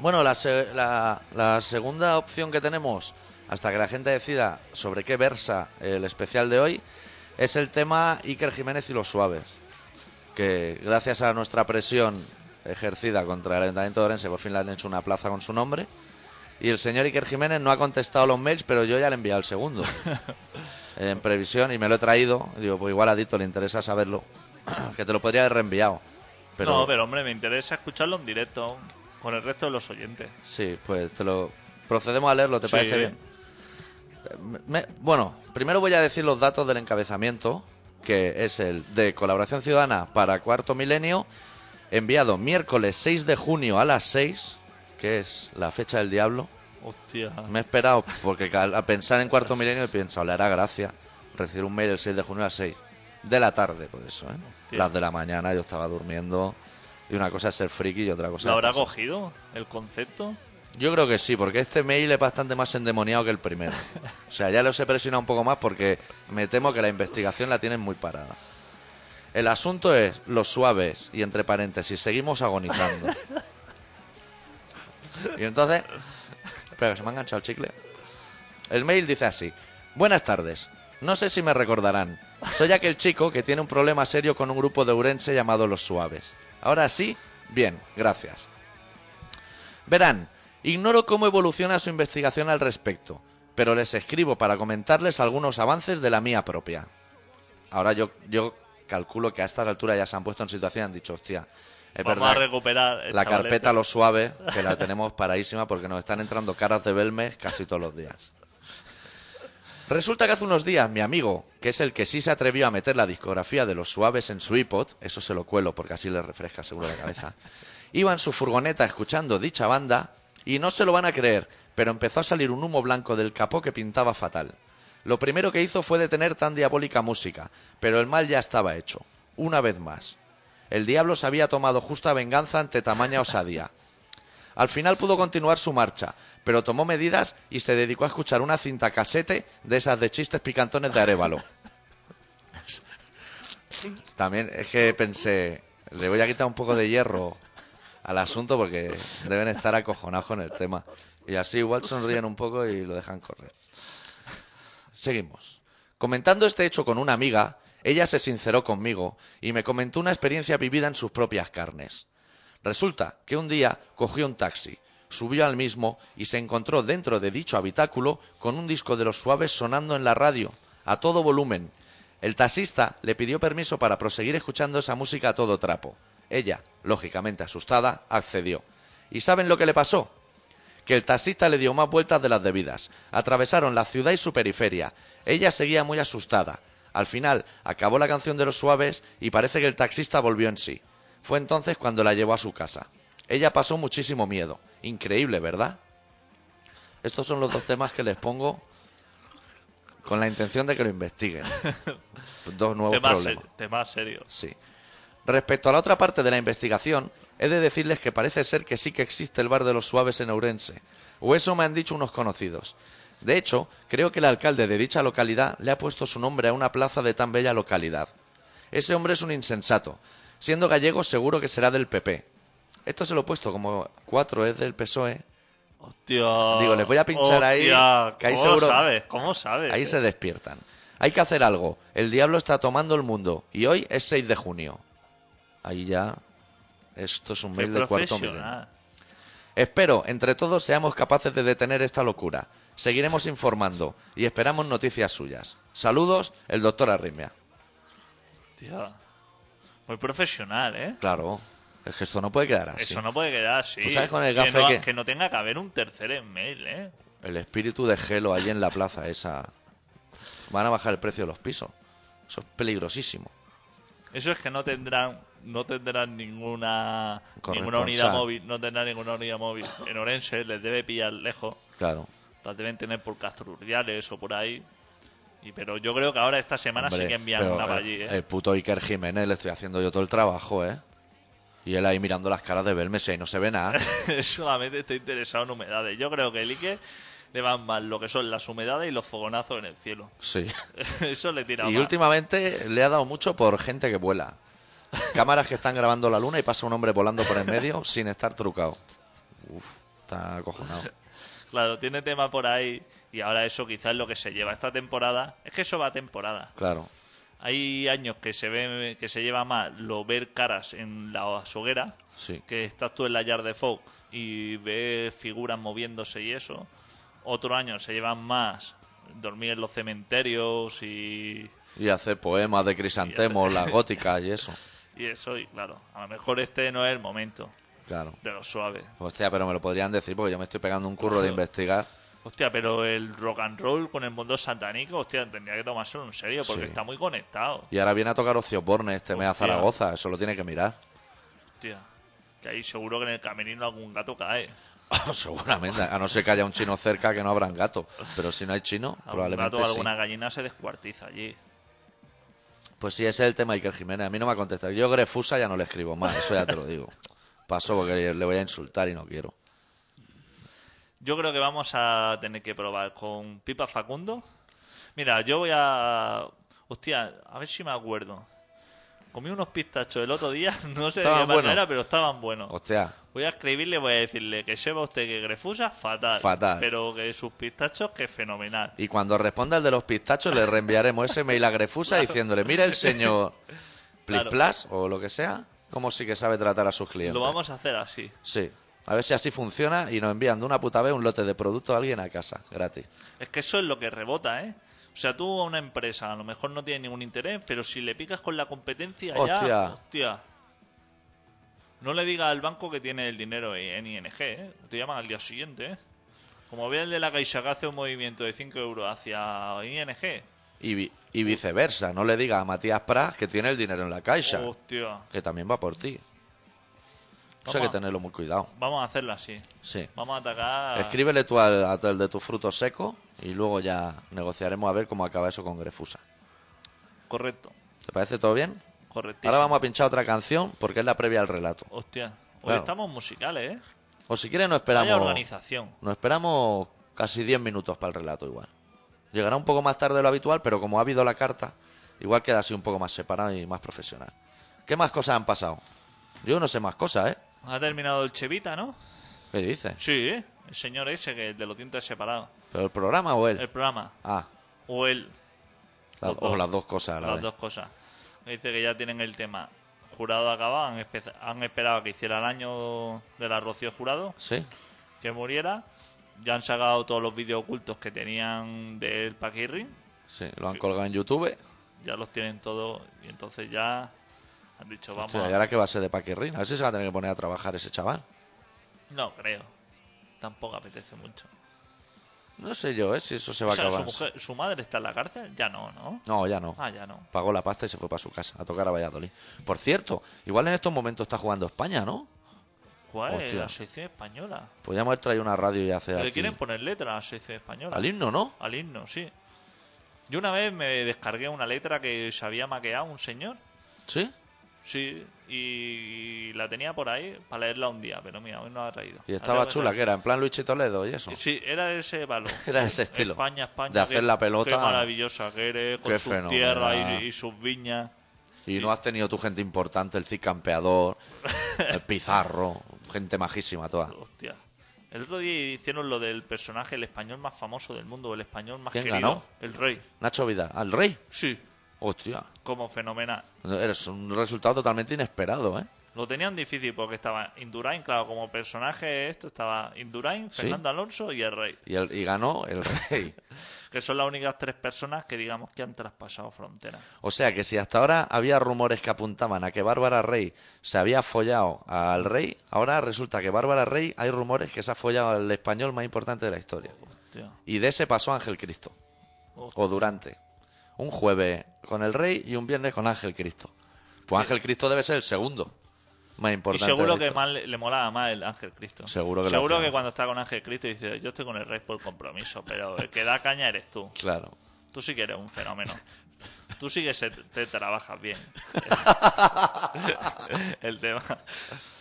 S2: Bueno, la, se- la- la segunda opción que tenemos, hasta que la gente decida sobre qué versa el especial de hoy, es el tema Iker Jiménez y los Suaves. Que gracias a nuestra presión ejercida contra el Ayuntamiento de Orense, por fin le han hecho una plaza con su nombre. Y el señor Iker Jiménez no ha contestado los mails, pero yo ya le he enviado el segundo. en previsión y me lo he traído. Digo, pues igual a Dito le interesa saberlo. que te lo podría haber reenviado. Pero,
S3: No, pero hombre, me interesa escucharlo en directo con el resto de los oyentes.
S2: Sí, pues te lo procedemos a leerlo, ¿te
S3: Sí.
S2: parece bien? Eh, me- bueno, primero voy a decir los datos del encabezamiento, que es el de Colaboración Ciudadana para Cuarto Milenio, enviado miércoles 6 de junio a las 6, que es la fecha del diablo.
S3: Hostia.
S2: Me he esperado, porque al al pensar en Cuarto Milenio he pensado, le hará gracia recibir un mail el 6 de junio a las 6 de la tarde, por eso, ¿eh?
S3: Hostia.
S2: Las de la mañana yo estaba durmiendo y una cosa es ser friki y otra cosa
S3: ¿Lo
S2: es
S3: habrá
S2: pasar.
S3: cogido el concepto?
S2: Yo creo que sí, porque este mail es bastante más endemoniado que el primero. O sea, ya los he presionado un poco más porque me temo que la investigación la tienen muy parada. El asunto es los suaves y entre paréntesis, seguimos agonizando. Y entonces... Espera, que se me ha enganchado el chicle. El mail dice así. Buenas tardes. No sé si me recordarán. Soy aquel chico que tiene un problema serio con un grupo de Urense llamado Los Suaves. Ahora sí, bien, gracias. Verán, ignoro cómo evoluciona su investigación al respecto, pero les escribo para comentarles algunos avances de la mía propia. Ahora yo, yo calculo que a esta altura ya se han puesto en situación y han dicho, hostia, es
S3: Vamos
S2: verdad ¿eh?
S3: a recuperar. el
S2: la
S3: chavalete.
S2: carpeta Los Suaves, que la tenemos paradísima porque nos están entrando caras de Belmes casi todos los días. Resulta que hace unos días mi amigo, que es el que sí se atrevió a meter la discografía de Los Suaves en su iPod, eso se lo cuelo porque así le refresca seguro la cabeza, iba en su furgoneta escuchando dicha banda y no se lo van a creer, pero empezó a salir un humo blanco del capó que pintaba fatal. Lo primero que hizo fue detener tan diabólica música, pero el mal ya estaba hecho. Una vez más. El diablo se había tomado justa venganza ante tamaña osadía. Al final pudo continuar su marcha, pero tomó medidas y se dedicó a escuchar una cinta casete de esas de chistes picantones de Arevalo. También es que pensé, le voy a quitar un poco de hierro al asunto porque deben estar acojonados con el tema. Y así igual sonríen un poco y lo dejan correr. Seguimos. Comentando este hecho con una amiga, ella se sinceró conmigo y me comentó una experiencia vivida en sus propias carnes. Resulta que un día cogió un taxi, subió al mismo y se encontró dentro de dicho habitáculo con un disco de los suaves sonando en la radio, a todo volumen. El taxista le pidió permiso para proseguir escuchando esa música a todo trapo. Ella, lógicamente asustada, accedió. ¿Y saben lo que le pasó? que el taxista le dio más vueltas de las debidas. Atravesaron la ciudad y su periferia. Ella seguía muy asustada. Al final, acabó la canción de los suaves y parece que el taxista volvió en sí. Fue entonces cuando la llevó a su casa. Ella pasó muchísimo miedo. Increíble, ¿verdad? Estos son los dos temas que les pongo con la intención de que lo investiguen. Dos nuevos
S3: Tema,
S2: problemas.
S3: ser- tema serio.
S2: Sí. Respecto a la otra parte de la investigación, he de decirles que parece ser que sí que existe el bar de los suaves en Ourense, o eso me han dicho unos conocidos. De hecho, creo que el alcalde de dicha localidad le ha puesto su nombre a una plaza de tan bella localidad. Ese hombre es un insensato. Siendo gallego, seguro que será del PP. Esto se lo he puesto como cuatro es del PSOE.
S3: Hostia.
S2: Digo, le voy a pinchar ahí,
S3: Hostia,
S2: que ahí
S3: ¿Cómo
S2: seguro-
S3: sabes? ¿Cómo sabes?
S2: Ahí se despiertan. Hay que hacer algo. El diablo está tomando el mundo. Y hoy es 6 de junio. Ahí ya. Esto es un
S3: Qué
S2: mail de cuarto milenio.
S3: profesional.
S2: Espero, entre todos, seamos capaces de detener esta locura. Seguiremos informando y esperamos noticias suyas. Saludos, el doctor Arrimia.
S3: Hostia. Muy profesional, ¿eh?
S2: Claro, es que esto no puede quedar así.
S3: Eso no puede quedar así.
S2: Ah, ¿Tú sabes con el
S3: que,
S2: gafe
S3: no,
S2: que-
S3: que no tenga que haber un tercer email, ¿eh?
S2: El espíritu de gelo ahí en la plaza esa. Van a bajar el precio de los pisos. Eso es peligrosísimo.
S3: Eso es que no tendrán no tendrán ninguna ninguna
S2: Corresponsal.
S3: unidad móvil, no tendrán ninguna unidad móvil en Orense, les debe pillar lejos,
S2: Claro.
S3: las deben tener por Castro Urdiales o por ahí. Y pero yo creo que ahora esta semana sí
S2: Hombre,
S3: que envían
S2: pero
S3: una para
S2: el-
S3: allí, ¿eh?
S2: El puto Iker Jiménez le estoy haciendo yo todo el trabajo, ¿eh? Y él ahí mirando las caras de Belmes y ahí no se ve nada.
S3: Solamente está interesado en humedades. Yo creo que el Ike le van más lo que son las humedades y los fogonazos en el cielo.
S2: Sí.
S3: Eso le tira
S2: y
S3: más.
S2: últimamente le ha dado mucho por gente que vuela. Cámaras que están grabando la luna y pasa un hombre volando por en medio sin estar trucado. Uf, está acojonado.
S3: Claro, tiene tema por ahí. Y ahora eso quizás es lo que se lleva esta temporada. Es que eso va a temporada.
S2: Claro.
S3: Hay años que se ve que se lleva más lo ver caras en la hoguera,
S2: Sí.
S3: que estás tú en la yard de Fog y ves figuras moviéndose y eso. Otro año se llevan más dormir en los cementerios y,
S2: Y hace poemas de crisantemos, las góticas y eso.
S3: y eso. Y claro, a lo mejor este no es el momento
S2: Claro.
S3: de los suaves.
S2: Hostia, pero me lo podrían decir porque yo me estoy pegando un curro de investigar.
S3: Hostia, pero el rock and roll con el mundo satánico, hostia, tendría que tomárselo en serio porque
S2: Sí.
S3: está muy conectado.
S2: Y ahora viene a tocar Ocioborne este mes a
S3: Hostia.
S2: Zaragoza. Eso lo tiene que mirar.
S3: Hostia, que ahí seguro que en el camerino algún gato cae.
S2: Seguramente. A no ser que haya un chino cerca que no habrán gato. Pero si no hay chino,
S3: Algún
S2: probablemente
S3: gato o
S2: sí.
S3: alguna gallina se descuartiza allí.
S2: Pues sí, ese es el tema de Iker Jiménez. A mí no me ha contestado. Yo Grefusa ya no le escribo más. Eso ya te lo digo. Paso porque le voy a insultar y no quiero.
S3: Yo creo que vamos a tener que probar con Pipa Facundo. Mira, yo voy a. Hostia, a ver si me acuerdo. Comí unos pistachos el otro día, no sé de
S2: Estaban
S3: qué
S2: buenos.
S3: manera, pero estaban buenos.
S2: Hostia,
S3: Voy a escribirle, voy a decirle que sepa usted que Grefusa fatal.
S2: Fatal.
S3: Pero que sus pistachos, que fenomenal.
S2: Y cuando responda el de los pistachos, le reenviaremos ese mail a Grefusa diciéndole: Mira el señor Plis
S3: Claro.
S2: Plas o lo que sea, cómo sí que sabe tratar a sus clientes.
S3: Lo vamos a hacer así.
S2: Sí. A ver si así funciona y nos envían de una puta vez un lote de productos a alguien a casa, gratis.
S3: Es que eso es lo que rebota, ¿eh? O sea, tú a una empresa a lo mejor no tiene ningún interés, pero si le picas con la competencia
S2: Hostia.
S3: ya... Hostia. No le digas al banco que tiene el dinero en ING, ¿eh? Te llaman al día siguiente, ¿eh? Como ve el de la Caixa que hace un movimiento de 5 euros hacia ING.
S2: Y, vi- y viceversa, no le digas a Matías Pras que tiene el dinero en la caixa,
S3: Hostia.
S2: que también va por ti. Eso hay
S3: Toma.
S2: que tenerlo muy cuidado.
S3: Vamos a hacerlo así.
S2: Sí.
S3: Vamos a atacar...
S2: Escríbele tú al, al de tus frutos secos y luego ya negociaremos a ver cómo acaba eso con Grefusa.
S3: Correcto.
S2: ¿Te parece todo bien?
S3: Correctísimo.
S2: Ahora vamos a pinchar otra canción porque es la previa al relato.
S3: Hostia. Hoy
S2: Claro.
S3: estamos musicales, ¿eh?
S2: O si quieres, no
S3: Vaya
S2: esperamos.
S3: organización.
S2: Nos esperamos casi 10 minutos para el relato, igual. Llegará un poco más tarde de lo habitual, pero como ha habido la carta, igual queda así un poco más separado y más profesional. ¿Qué más cosas han pasado? Yo no sé más cosas, ¿eh?
S3: Ha terminado el Chevita, ¿no?
S2: ¿Qué dices?
S3: Sí, ¿eh? el señor ese que de los dientes separados.
S2: ¿Pero el programa o él?
S3: El programa.
S2: Ah,
S3: O él.
S2: la-
S3: Eh, Los
S2: o
S3: dos.
S2: las dos cosas a la
S3: las
S2: vez.
S3: dos cosas. Dice que ya tienen el tema. Jurado acabado. Han, espe- han esperado a que hiciera el año de la Rocío Jurado.
S2: Sí,
S3: Que muriera. Ya han sacado todos los vídeos ocultos que tenían del Paquirri.
S2: sí, lo han
S3: Sí.
S2: colgado en YouTube.
S3: Ya los tienen todos. Y entonces ya han dicho, vamos.
S2: Hostia,
S3: a-
S2: ¿Y ahora qué va a ser de Paquirrin? A ver si se va a tener que poner a trabajar ese chaval.
S3: No creo. Tampoco apetece mucho.
S2: No sé yo, ¿eh? Si eso se va
S3: O sea,
S2: a
S3: su,
S2: acabar.
S3: mujer- su madre está en la cárcel. Ya no, ¿no?
S2: No, ya no.
S3: Ah, ya no.
S2: Pagó la pasta y se fue para su casa a tocar a Valladolid. Por cierto, igual en estos momentos está jugando España, ¿no?
S3: ¿Cuál es
S2: Hostia.
S3: la selección española?
S2: Podríamos haber traído una radio y hacer
S3: Le
S2: aquí-
S3: quieren poner letra a la selección española.
S2: al himno, ¿no?
S3: Al himno, sí. Yo una vez me descargué una letra que se había maqueado un señor.
S2: Sí.
S3: Sí, y la tenía por ahí para leerla un día, pero mira, hoy no la ha traído.
S2: Y
S3: La
S2: estaba
S3: tengo que
S2: chula, que
S3: traer.
S2: era en plan Luis Toledo y eso.
S3: Sí, era de ese valor.
S2: Era de ese estilo.
S3: España, España.
S2: De hacer
S3: qué-
S2: la pelota.
S3: Qué maravillosa que eres, con
S2: Qué
S3: sus
S2: fenomenal.
S3: tierras y, y sus viñas.
S2: Y no has tenido tu gente importante, el Cid Campeador, el Pizarro, gente majísima toda.
S3: Hostia. El otro día hicieron lo del personaje, el español más famoso del mundo, el español más
S2: ¿Quién
S3: querido.
S2: ganó?
S3: El rey.
S2: Nacho Vidal, al rey.
S3: Sí,
S2: Hostia,
S3: como fenomenal.
S2: eres un resultado totalmente inesperado, ¿eh?
S3: Lo tenían difícil porque estaba Indurain, claro, como personaje esto estaba Indurain,
S2: Sí.
S3: Fernando Alonso y el Rey,
S2: Y, el- y ganó el rey.
S3: que son las únicas tres personas que digamos que han traspasado fronteras.
S2: O sea que si hasta ahora había rumores que apuntaban a que Bárbara Rey se había follado al rey, ahora resulta que Bárbara Rey hay rumores que se ha follado al español más importante de la historia.
S3: Hostia,
S2: Y de ese pasó Ángel Cristo.
S3: hostia.
S2: o durante. Un jueves con el rey y un viernes con Ángel Cristo. Pues Ángel Cristo debe ser el segundo más
S3: Y
S2: importante. de
S3: seguro
S2: la
S3: que
S2: historia.
S3: más le, le molaba más el Ángel Cristo.
S2: Seguro que lo
S3: Seguro
S2: hacía.
S3: que cuando está con Ángel Cristo dice, yo estoy con el Rey por compromiso, pero el que da caña eres tú.
S2: Claro.
S3: Tú sí que eres un fenómeno. Tú sí que se- te trabajas bien. el tema.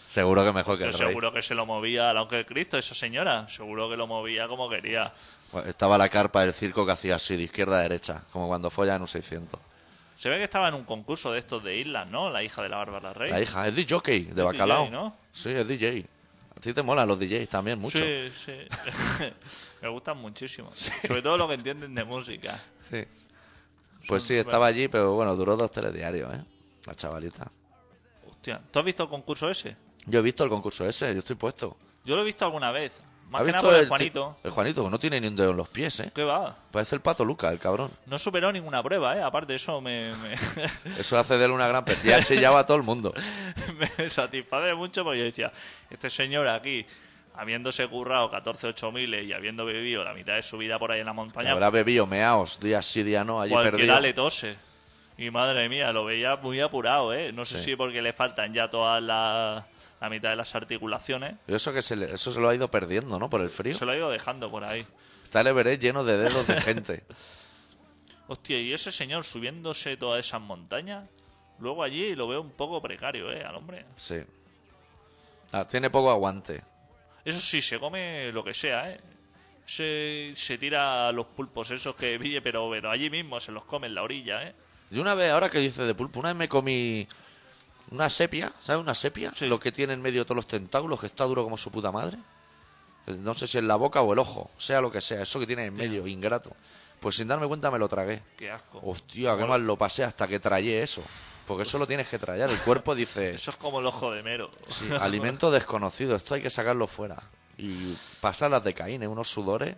S2: Seguro que mejor que
S3: Yo
S2: el rey.
S3: seguro que se lo movía al Ángel Cristo, esa señora. Seguro que lo movía como quería.
S2: Pues Estaba la carpa del circo que hacía así, de izquierda a derecha, como cuando follan un 600.
S3: Se ve que estaba en un concurso de estos de islas, ¿no? La hija de la Bárbara Rey.
S2: La hija es DJ de
S3: Es
S2: Bacalao.
S3: DJ, ¿no?
S2: Sí, es DJ. A ti te molan los DJs también mucho.
S3: Sí, sí. Me gustan muchísimo. Sobre todo lo que entienden de música.
S2: Sí. Pues
S3: Son-
S2: sí, estaba allí, pero bueno, duró dos telediarios, ¿eh? La chavalita.
S3: Hostia, ¿tú has visto el concurso ese?
S2: Yo he visto el concurso ese, yo estoy puesto.
S3: Yo lo he visto alguna vez. Más
S2: ¿Has
S3: que nada
S2: visto
S3: por el,
S2: ti-
S3: Juanito.
S2: El Juanito, no tiene ni un dedo en los pies, ¿eh?
S3: ¿Qué va?
S2: Parece el pato Luca, el cabrón.
S3: No superó ninguna prueba, ¿eh? Aparte, eso me, me,
S2: Eso hace de él una gran persona. Ya chillaba a todo el mundo.
S3: me satisface mucho porque yo decía, este señor aquí, habiéndose currado 14 8000 y habiendo vivido la mitad de su vida por ahí en la montaña,
S2: Habrá bebido meaos, día sí, día no, allí perdido.
S3: cualquiera le tose. Y madre mía, lo veía muy apurado, ¿eh? No sé
S2: Sí.
S3: si porque le faltan ya todas las... La mitad de las articulaciones.
S2: Y Eso que se le- eso se lo ha ido perdiendo, ¿no? Por el frío.
S3: Se lo ha ido dejando por ahí.
S2: Está el Everest lleno de dedos de gente.
S3: Hostia, y ese señor subiéndose todas esas montañas, luego allí lo veo un poco precario, ¿eh? Al hombre.
S2: Sí. Ah, tiene poco aguante.
S3: Eso sí, se come lo que sea, ¿eh? Se, se tira los pulpos esos que pille, pero, pero allí mismo se los come en la orilla, ¿eh?
S2: Yo una vez, ahora que dices de pulpo, una vez me comí una sepia, ¿sabes? Una sepia,
S3: Sí.
S2: lo que tiene en medio todos los tentáculos, que está duro como su puta madre. Eh, No sé si en la boca o el ojo, sea lo que sea, eso que tiene en medio, ingrato. Pues sin darme cuenta me lo tragué.
S3: Qué asco.
S2: Hostia, qué mal lo pasé hasta que trayé eso. Porque eso lo tienes que trayar. El cuerpo dice,
S3: Eso es como el ojo de mero.
S2: sí, alimento desconocido, esto hay que sacarlo fuera. Y pasar las de Caín, ¿eh? unos sudores.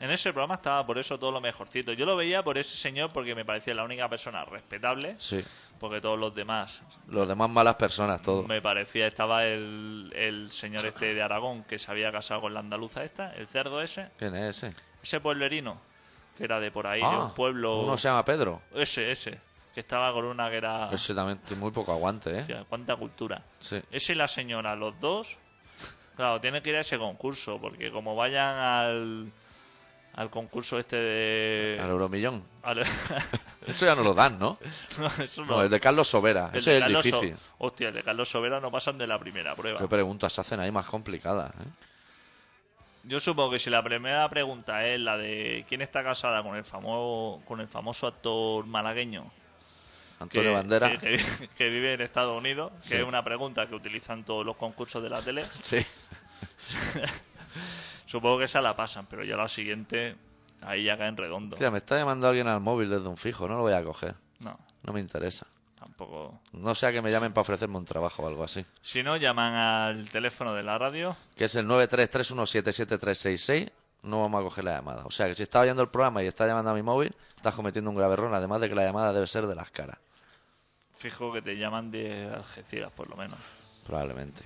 S3: En ese programa estaba por eso todo lo mejorcito. Yo lo veía por ese señor porque me parecía la única persona respetable,
S2: Sí,
S3: porque todos los demás
S2: los demás malas personas, todo.
S3: me parecía. Estaba el, el señor este de Aragón que se había casado con la andaluza esta, el cerdo ese,
S2: ¿Quién es ese?
S3: ese pueblerino que era de por ahí, de
S2: Ah,
S3: un pueblo.
S2: Uno se llama Pedro.
S3: Ese, ese, que estaba con una que era.
S2: Ese también tiene muy poco aguante, ¿eh?
S3: Ah. Hostia, cuánta cultura.
S2: Sí.
S3: Ese y la señora, los dos, claro, tienen que ir a ese concurso, porque como vayan al, al concurso este de...
S2: Al euromillón.
S3: al-
S2: Eso ya no lo dan, ¿no?
S3: no, eso no.
S2: No, el de Carlos Sobera.
S3: El
S2: Ese
S3: de
S2: Ah, es el
S3: Carlos So-
S2: difícil.
S3: Hostia, el de Carlos Sobera no pasan de la primera prueba.
S2: ¿Qué preguntas hacen ahí más complicadas? ¿eh?
S3: Yo supongo que si la primera pregunta es la de quién está casada con el famoso, con el famoso actor malagueño que,
S2: Antonio Bandera.
S3: que- que- que vive en Estados Unidos, que
S2: Sí.
S3: es una pregunta que utilizan todos los concursos de la tele,
S2: Sí.
S3: Supongo que esa la pasan, pero ya la siguiente, ahí ya caen redondo.
S2: Mira, me está llamando alguien al móvil desde un fijo. No lo voy a coger.
S3: No,
S2: No me interesa.
S3: tampoco.
S2: No sea que me llamen para ofrecerme un trabajo o algo así.
S3: Si no, llaman al teléfono de la radio.
S2: Que es el 933177366. No vamos a coger la llamada. O sea que si está oyendo el programa y está llamando a mi móvil, estás cometiendo un grave error. Además de que la llamada debe ser de las caras.
S3: Fijo que te llaman de Algeciras, por lo menos.
S2: Probablemente.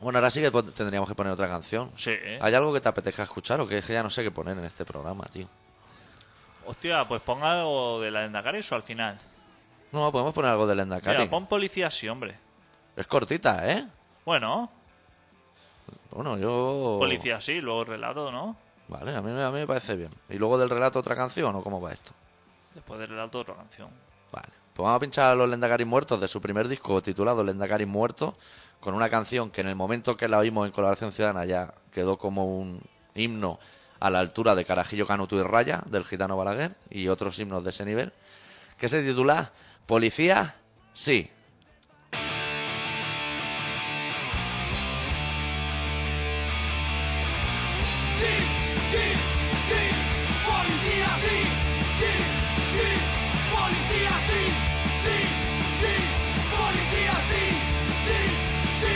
S2: Bueno, ahora sí que pon- tendríamos que poner otra canción.
S3: Sí, ¿eh?
S2: ¿Hay algo que te apetezca escuchar o que es que ya no sé qué poner en este programa, tío?
S3: Hostia, pues ponga algo de la Endacari eso al final.
S2: No, podemos poner algo de Lenda
S3: Mira, pon policía sí, hombre.
S2: Es cortita, ¿eh?
S3: Bueno,
S2: Bueno, yo...
S3: policía sí, luego relato, ¿no?
S2: Vale, a mí, a mí me parece bien. ¿Y luego del relato otra canción o cómo va esto?
S3: Después del relato, otra canción.
S2: Vale. Pues vamos a pinchar a los Lendacaris Muertos de su primer disco titulado Lendacaris Muertos con una canción que en el momento que la oímos en Colaboración Ciudadana ya quedó como un himno a la altura de Carajillo Canuto y Raya del Gitano Balaguer y otros himnos de ese nivel que se titula Policía, sí.
S1: Sí, sí, sí, policía, sí, sí, sí, policía, sí, sí, sí, policía, sí, sí, sí,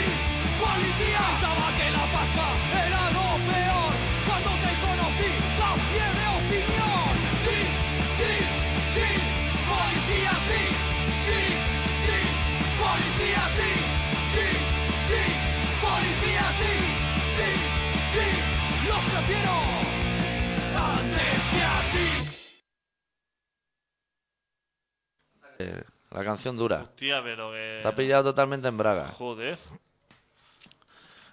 S1: policía. Pensaba que la pasca era lo peor cuando te conocí, cambié de opinión. Sí, sí, sí, policía, sí, sí, sí, policía, sí, sí, sí, policía, sí, sí, sí, los prefiero antes que a ti.
S2: Eh, la canción dura.
S3: Hostia, pero que.
S2: Está pillado totalmente en Braga.
S3: Joder.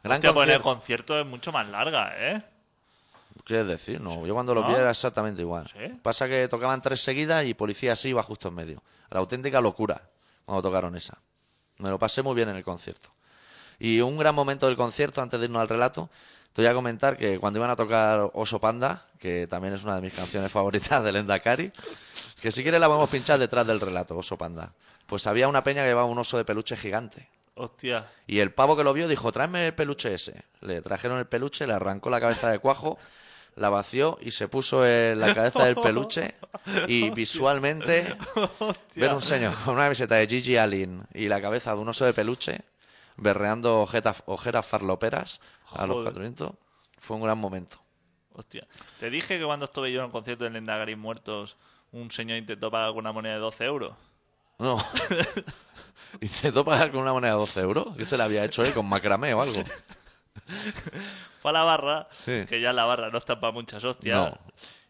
S2: Gran
S3: Hostia, pues el
S2: concierto.
S3: concierto es mucho más larga, ¿eh?
S2: ¿Quieres decir? No, yo cuando lo
S3: ¿No?
S2: vi era exactamente igual.
S3: ¿Sí?
S2: Pasa que tocaban tres seguidas y policía así iba justo en medio. La auténtica locura cuando tocaron esa. Me lo pasé muy bien en el concierto. Y un gran momento del concierto, antes de irnos al relato, Te voy a comentar que cuando iban a tocar Oso Panda, que también es una de mis canciones favoritas del Endacari, que si quieres la podemos pinchar detrás del relato, Oso Panda. Pues había una peña que llevaba un oso de peluche gigante.
S3: Hostia.
S2: Y el pavo que lo vio dijo, tráeme el peluche ese. Le trajeron el peluche, le arrancó la cabeza de cuajo, la vació y se puso en la cabeza del peluche. Y visualmente,
S3: Hostia.
S2: ver un señor con una camiseta de Gigi Allen y la cabeza de un oso de peluche, berreando ojetas- ojeras farloperas a los
S3: Joder.
S2: 400, fue un gran momento.
S3: Hostia. Te dije que cuando estuve yo en un concierto de Lendagaris Muertos, un señor intentó pagar con una moneda de 12 euros.
S2: No. Intentó pagar con una moneda de 12 euros. Que se la había hecho él con macramé o algo.
S3: Fue a la barra,
S2: Sí.
S3: que ya la barra no está para muchas hostias.
S2: No.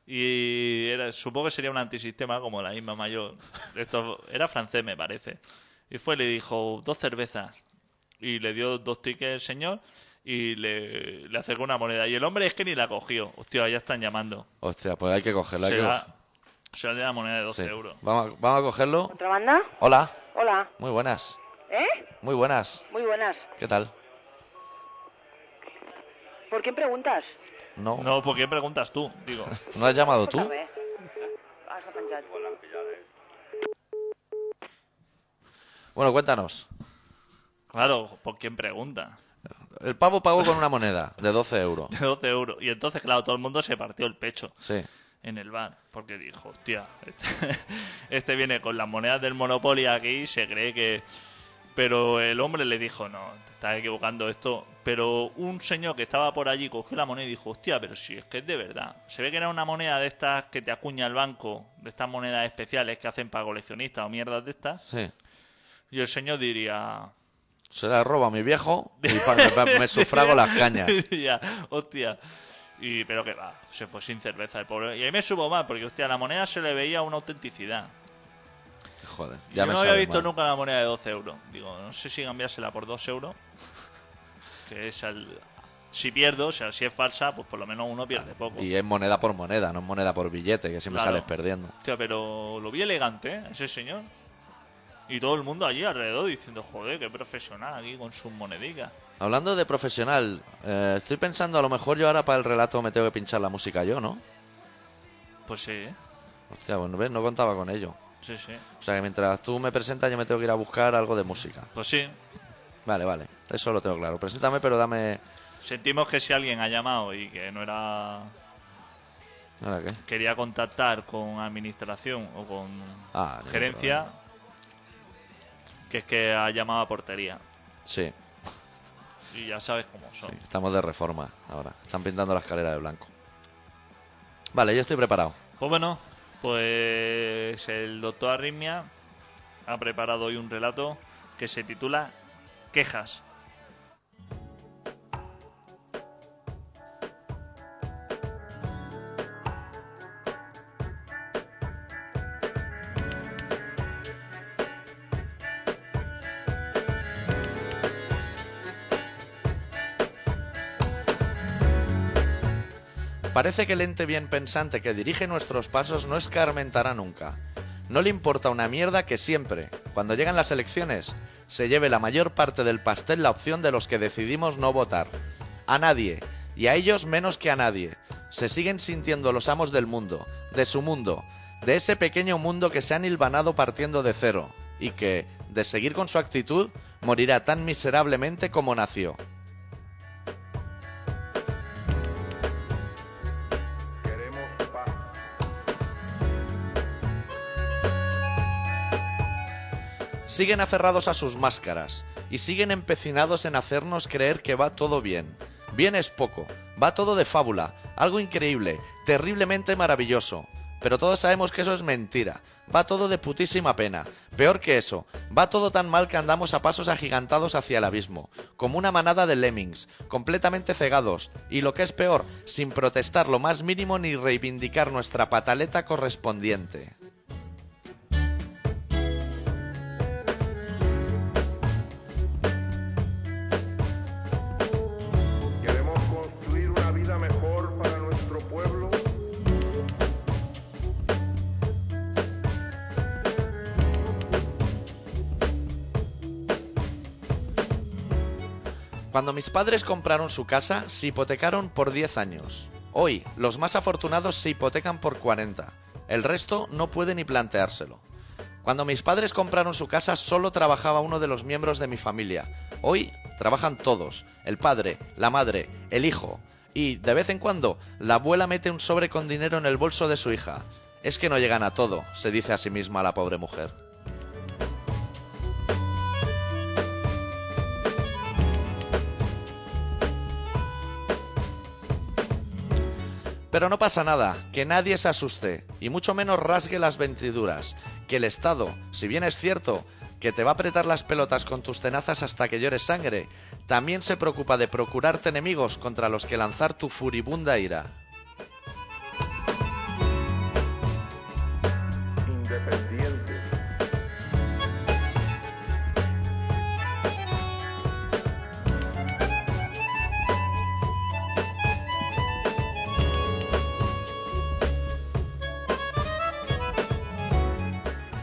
S3: Y era- supongo que sería un antisistema como la misma mayor. Esto, era francés, me parece. Y fue, le dijo dos cervezas. Y le dio dos tickets el señor y le, le acercó una moneda. Y el hombre es que ni la cogió. Hostia, ya están llamando.
S2: Hostia, pues hay que cogerlo. hay
S3: Se
S2: que
S3: da,
S2: cogerlo.
S3: se da la moneda de 12
S2: Sí.
S3: euros.
S2: Vamos, a, vamos a cogerlo.
S4: ¿Contrabanda?
S2: Hola,
S4: Hola.
S2: muy buenas.
S4: ¿Eh?
S2: Muy buenas.
S4: Muy buenas.
S2: ¿Qué tal?
S4: ¿Por quién preguntas?
S2: No. ¿No,
S3: No, ¿por qué preguntas tú? Digo,
S2: has llamado tú?
S4: Sabe. Has apanjat.
S2: Bueno, cuéntanos.
S3: claro, ¿por quién pregunta?
S2: El pavo pagó con una moneda de 12 euros.
S3: De 12 euros. Y entonces, claro, todo el mundo se partió el pecho.
S2: Sí.
S3: en el bar, porque dijo, hostia, este, este viene con las monedas del Monopoly aquí y se cree que... Pero el hombre le dijo, no, te estás equivocando esto. Pero un señor que estaba por allí cogió la moneda y dijo, hostia, pero si es que es de verdad. Se ve que era una moneda de estas que te acuña el banco, de estas monedas especiales que hacen para coleccionistas o mierdas de estas.
S2: Sí.
S3: Y el señor diría...
S2: Se la roba a mi viejo y pa- me, me sufrago las cañas.
S3: diría, hostia. Y, pero que va, se fue sin cerveza el pobre. Y ahí me subo mal, porque hostia, a la moneda se le veía una autenticidad.
S2: Joder, ya
S3: Yo
S2: me
S3: no había
S2: sabe
S3: visto
S2: mal.
S3: nunca una moneda de 12 euros. Digo, no sé si cambiársela por 2 euros. Que es al... Si pierdo, o sea, si es falsa, pues por lo menos uno pierde poco.
S2: Ah, Y es moneda por moneda, no es moneda por billete, que siempre
S3: Claro.
S2: sales perdiendo.
S3: Hostia, pero lo vi elegante, ¿eh? Ese señor. Y todo el mundo allí alrededor diciendo, joder, qué profesional aquí con sus monedicas.
S2: Hablando de profesional, eh, estoy pensando, a lo mejor yo ahora para el relato me tengo que pinchar la música yo, ¿no?
S3: Pues sí, ¿eh?
S2: Hostia, bueno, ves, no contaba con ello.
S3: sí, sí.
S2: O sea que mientras tú me presentas yo me tengo que ir a buscar algo de música.
S3: Pues sí.
S2: Vale, vale, eso lo tengo claro. Preséntame, pero dame...
S3: Sentimos que si alguien ha llamado y que no era...
S2: ¿Ahora qué?
S3: Quería contactar con administración o con
S2: Ah, ningún
S3: gerencia,
S2: problema.
S3: que es que ha llamado a portería.
S2: Sí,
S3: Y ya sabes cómo son.
S2: sí, estamos de reforma ahora. Están pintando la escalera de blanco. Vale, yo estoy preparado.
S3: Pues bueno, pues el doctor Arritmia ha preparado hoy un relato que se titula Quejas.
S2: Parece que el ente bien pensante que dirige nuestros pasos no escarmentará nunca. No le importa una mierda que siempre, cuando llegan las elecciones, se lleve la mayor parte del pastel la opción de los que decidimos no votar. A nadie, y a ellos menos que a nadie, se siguen sintiendo los amos del mundo, de su mundo, de ese pequeño mundo que se han hilvanado partiendo de cero, y que, de seguir con su actitud, morirá tan miserablemente como nació. siguen aferrados a sus máscaras y siguen empecinados en hacernos creer que va todo bien. Bien es poco, va todo de fábula, algo increíble, terriblemente maravilloso. Pero todos sabemos que eso es mentira, va todo de putísima pena. Peor que eso, va todo tan mal que andamos a pasos agigantados hacia el abismo, como una manada de lemmings, completamente cegados, y lo que es peor, sin protestar lo más mínimo ni reivindicar nuestra pataleta correspondiente.
S5: Queremos construir una vida mejor para nuestro pueblo.
S2: Cuando mis padres compraron su casa, se hipotecaron por 10 años. Hoy, los más afortunados se hipotecan por 40. El resto no puede ni planteárselo. Cuando mis padres compraron su casa, solo trabajaba uno de los miembros de mi familia. Hoy trabajan todos: el padre, la madre, el hijo. Y, de vez en cuando, la abuela mete un sobre con dinero en el bolso de su hija. Es que no llegan a todo, se dice a sí misma la pobre mujer. Pero no pasa nada, que nadie se asuste, y mucho menos rasgue las ventiduras, que el Estado, si bien es cierto que te va a apretar las pelotas con tus tenazas hasta que llores sangre, también se preocupa de procurarte enemigos contra los que lanzar tu furibunda ira.
S5: Independiente.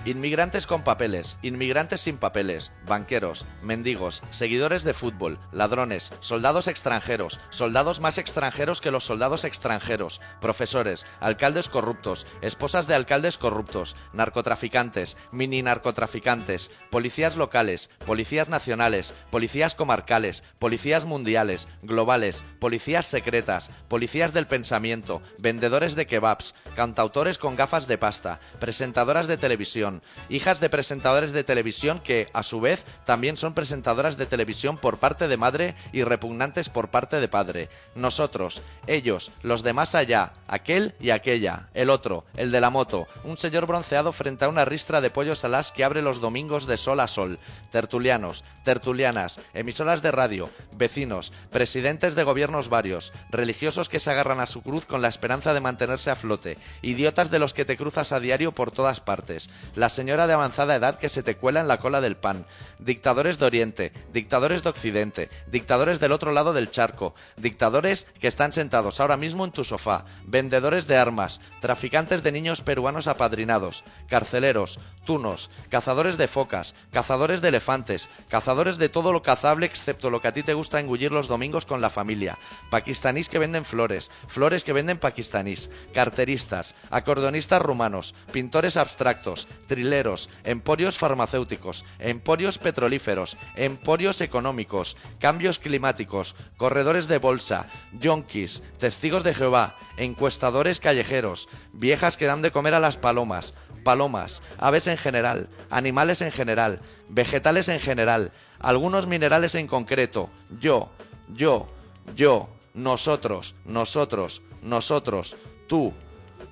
S2: Inmigrantes con papeles, inmigrantes sin papeles, banqueros, mendigos, seguidores de fútbol, ladrones, soldados extranjeros, soldados más extranjeros que los soldados extranjeros, profesores, alcaldes corruptos, esposas de alcaldes corruptos, narcotraficantes, mini narcotraficantes, policías locales, policías nacionales, policías comarcales, policías mundiales, globales, policías secretas, policías del pensamiento, vendedores de kebabs, cantautores con gafas de pasta, presentadoras de televisión, hijas de presentadores de televisión que, a su vez, también son presentadoras de televisión por parte de madre y repugnantes por parte de padre. Nosotros, ellos, los de más allá, aquel y aquella, el otro, el de la moto, un señor bronceado frente a una ristra de pollos alás que abre los domingos de sol a sol, tertulianos, tertulianas, emisoras de radio, vecinos, presidentes de gobiernos varios, religiosos que se agarran a su cruz con la esperanza de mantenerse a flote, idiotas de los que te cruzas a diario por todas partes, la señora de avanzada edad que se te cuela en la cola del pan, dictadores de Oriente, dictadores de Occidente, dictadores del otro lado del charco, dictadores que están sentados ahora mismo en tu sofá, vendedores de armas, traficantes de niños peruanos apadrinados, carceleros, tunos, cazadores de focas, cazadores de elefantes, cazadores de todo lo cazable excepto lo que a ti te gusta engullir los domingos con la familia, pakistanís que venden flores, flores que venden pakistanís, carteristas, acordeonistas rumanos, pintores abstractos, trileros, emporios farmacéuticos, emporios petrolíferos, emporios económicos, cambios climáticos, corredores de bolsa, yonkis, testigos de Jehová, encuestadores callejeros, viejas que dan de comer a las palomas, palomas, aves en general, animales en general, vegetales en general, algunos minerales en concreto, yo, yo, yo, nosotros, nosotros, nosotros, tú,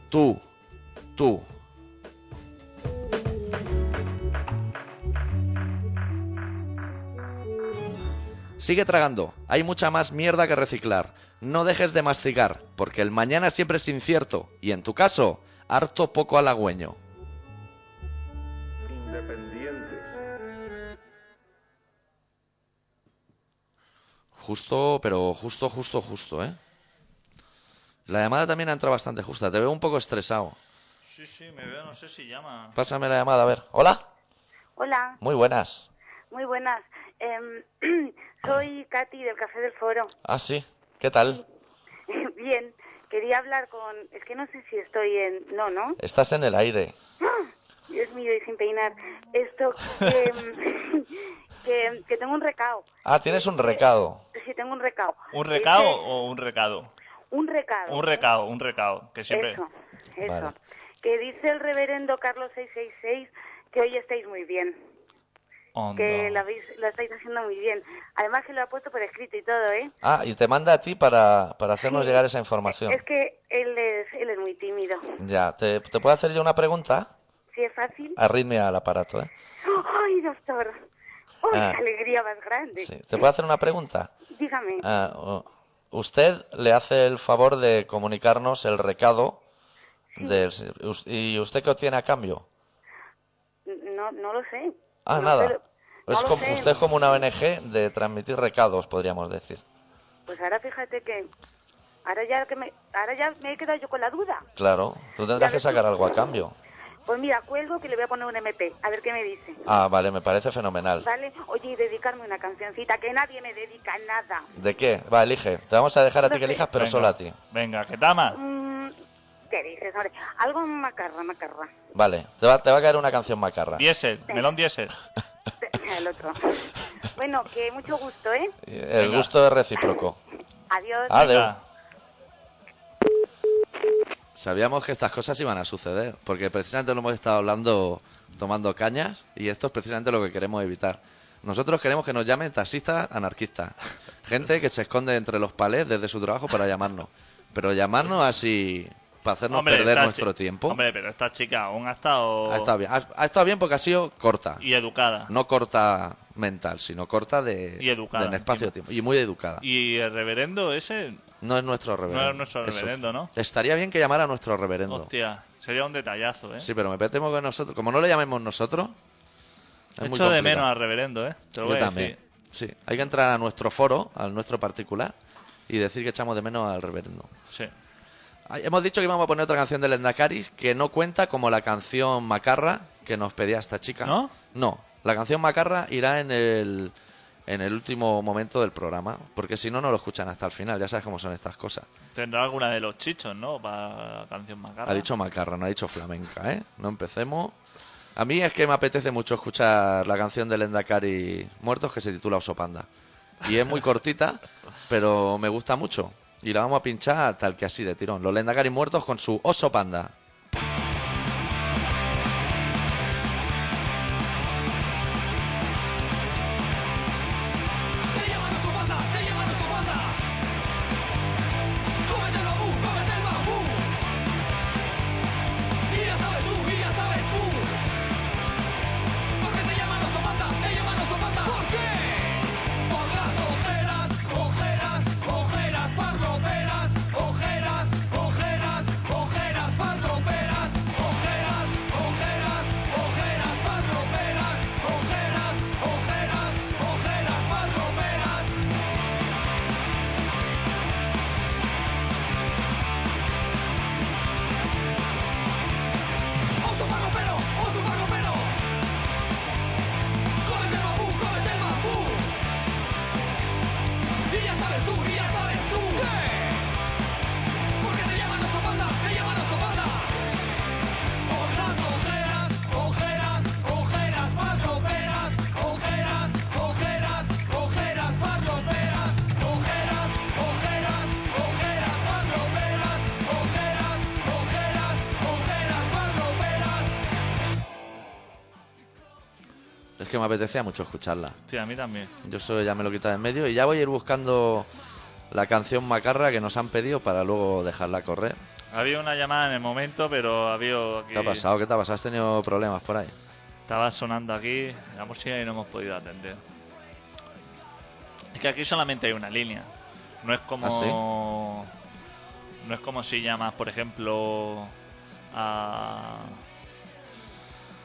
S2: tú, tú. Sigue tragando, hay mucha más mierda que reciclar. No dejes de masticar, porque el mañana siempre es incierto, y en tu caso, harto poco halagüeño.
S5: Independiente.
S2: Justo, pero justo, justo, justo, ¿eh? La llamada también ha entrado bastante justa, te veo un poco estresado.
S3: Sí, sí, me veo, no sé si llama.
S2: Pásame la llamada, a ver. Hola,
S6: Hola,
S2: muy buenas.
S6: muy buenas. Em, soy Katy del Café del Foro.
S2: Ah, sí, ¿qué tal?
S6: Bien, quería hablar con... Es que no sé si estoy en... No, ¿no?
S2: Estás en el aire.
S6: Dios mío, y sin peinar. Esto que, em, que, que tengo un recao.
S2: Ah, tienes un recado.
S6: Sí, tengo un recao.
S3: ¿Un recado
S6: Dice-
S3: o un recado?
S6: Un recado.
S3: Un recado, un recado, que siempre...
S6: Eso, eso.
S2: Vale.
S6: Que dice el reverendo Carlos 666 que hoy estáis muy bien.
S3: Onda.
S6: Que lo, habéis- lo estáis haciendo muy bien. Además que lo ha puesto por escrito y todo, ¿eh?
S2: Ah, y te manda a ti para, para hacernos
S6: Sí.
S2: llegar esa información.
S6: Es que él es, él es muy tímido.
S2: Ya, ¿te, te puedo hacer yo una pregunta?
S6: Si es fácil.
S2: Ah. Arritmia al aparato, ¿eh?
S6: ¡Ay, doctor! ¡Ay,
S2: Ah.
S6: qué alegría más grande!
S2: Sí. ¿Te puedo hacer una pregunta?
S6: Dígame.
S2: Ah, o- usted le hace el favor de comunicarnos el recado del... us- ¿Y usted qué obtiene a cambio?
S6: No, no lo sé.
S2: Ah,
S6: No
S2: nada.
S6: sé lo- no
S2: Es
S6: lo
S2: como,
S6: sé.
S2: usted es como una ONG de transmitir recados, podríamos decir.
S6: Pues ahora fíjate que... Ahora ya, que me, ahora ya me he quedado yo con la duda.
S2: Claro, tú
S6: Ya
S2: tendrás que
S6: ves
S2: sacar
S6: tú.
S2: algo a cambio.
S6: Pues mira, cuelgo que le voy a poner un MP, a ver qué me dice.
S2: Ah, vale, me parece fenomenal.
S6: ¿Vale? Oye, y dedicarme una cancioncita, que nadie me dedica nada.
S2: ¿De qué? Va, elige. Te vamos a dejar a ti que elijas, pero
S3: Venga.
S2: solo a ti.
S3: Venga, que tama.
S6: Mm, ¿Qué dices? hombre? Algo macarra, macarra.
S2: Vale, te va, te va a caer una canción macarra.
S3: Diesel, melón diésel.
S6: El otro. Bueno, que mucho gusto, ¿eh?
S2: El
S3: Venga.
S2: gusto es recíproco.
S6: Adiós.
S2: Ah, de-
S3: Venga.
S2: Sabíamos que estas cosas iban a suceder, porque precisamente lo hemos estado hablando tomando cañas y esto es precisamente lo que queremos evitar. Nosotros queremos que nos llamen taxistas anarquistas, gente que se esconde entre los palés desde su trabajo para llamarnos, pero llamarnos así para hacernos perder
S3: esta
S2: nuestro
S3: chi-
S2: tiempo.
S3: Hombre, pero esta chica aún ha estado.
S2: Ha estado bien, ha, ha estado bien porque ha sido corta,
S3: Y educada.
S2: no corta mental, sino corta de,
S3: Y educada,
S2: de en espacio tiempo y muy educada.
S3: Y el reverendo ese.
S2: No es nuestro reverendo.
S3: es nuestro
S2: Eso.
S3: reverendo, ¿no?
S2: Estaría bien que llamara a nuestro reverendo.
S3: Hostia, sería un detallazo, ¿eh?
S2: Sí, pero me temo que nosotros, como no le llamemos nosotros, es muy
S3: Echo de
S2: complicado.
S3: menos al reverendo, ¿eh? Te lo voy
S2: Yo
S3: a
S2: también.
S3: decir.
S2: Sí, hay que entrar a nuestro foro, al nuestro particular, y decir que echamos de menos al reverendo.
S3: Sí.
S2: Ay, Hemos dicho que íbamos a poner otra canción del Endacari que no cuenta como la canción Macarra que nos pedía esta chica.
S3: ¿No?
S2: No, la canción Macarra irá en el, en el último momento del programa, porque si no, no lo escuchan hasta el final, ya sabes cómo son estas cosas.
S3: Tendrá alguna de los chichos, ¿no? Para la canción macarra.
S2: Ha dicho macarra, no ha dicho flamenca, ¿eh? No empecemos. A mí es que me apetece mucho escuchar la canción de Lendakari Muertos que se titula Oso Panda. Y es muy cortita, pero me gusta mucho. Y la vamos a pinchar tal que así de tirón. Los Lendakari Muertos con su Oso Panda.
S1: Te llaman a su banda, te llaman a su banda. Cómete el bambú, cómete el bambú. Y ya sabes tú, y ya sabes tú. ¿Por qué te llaman a su banda? Te llaman a su banda. ¿Por qué? Por las ojeras, ojeras, ojeras parroperas. Ojeras, ojeras, ojeras parroperas. Ojeras, ojeras, ojeras parroperas. Ojeras, ojeras, ojeras parroperas. Oso parropero, oso parropero. Cómete el bambú, cómete el bambú. Y ya sabes tú, y ya sabes tú. Porque te llaman oso panda, te llaman oso panda. Por las ojeras, ojeras, ojeras parroperas, ojeras, ojeras, ojeras parroperas, ojeras, ojeras, ojeras parroperas, ojeras, ojeras, ojeras parroperas.
S2: Es que me apetecía mucho escucharla.
S3: Hostia, a mí también.
S2: Yo eso ya me lo quito de en medio y ya voy a ir buscando la canción macarra que nos han pedido para luego dejarla correr.
S3: Había una llamada en el momento, pero había aquí.
S2: ¿Qué ha pasado? ¿Qué te ha pasado? ¿Has tenido problemas por ahí?
S3: Estaba sonando aquí la música y no hemos podido atender. Es que aquí solamente hay una línea. No es como.
S2: ¿Ah,
S3: No es como si llamas, por ejemplo, a.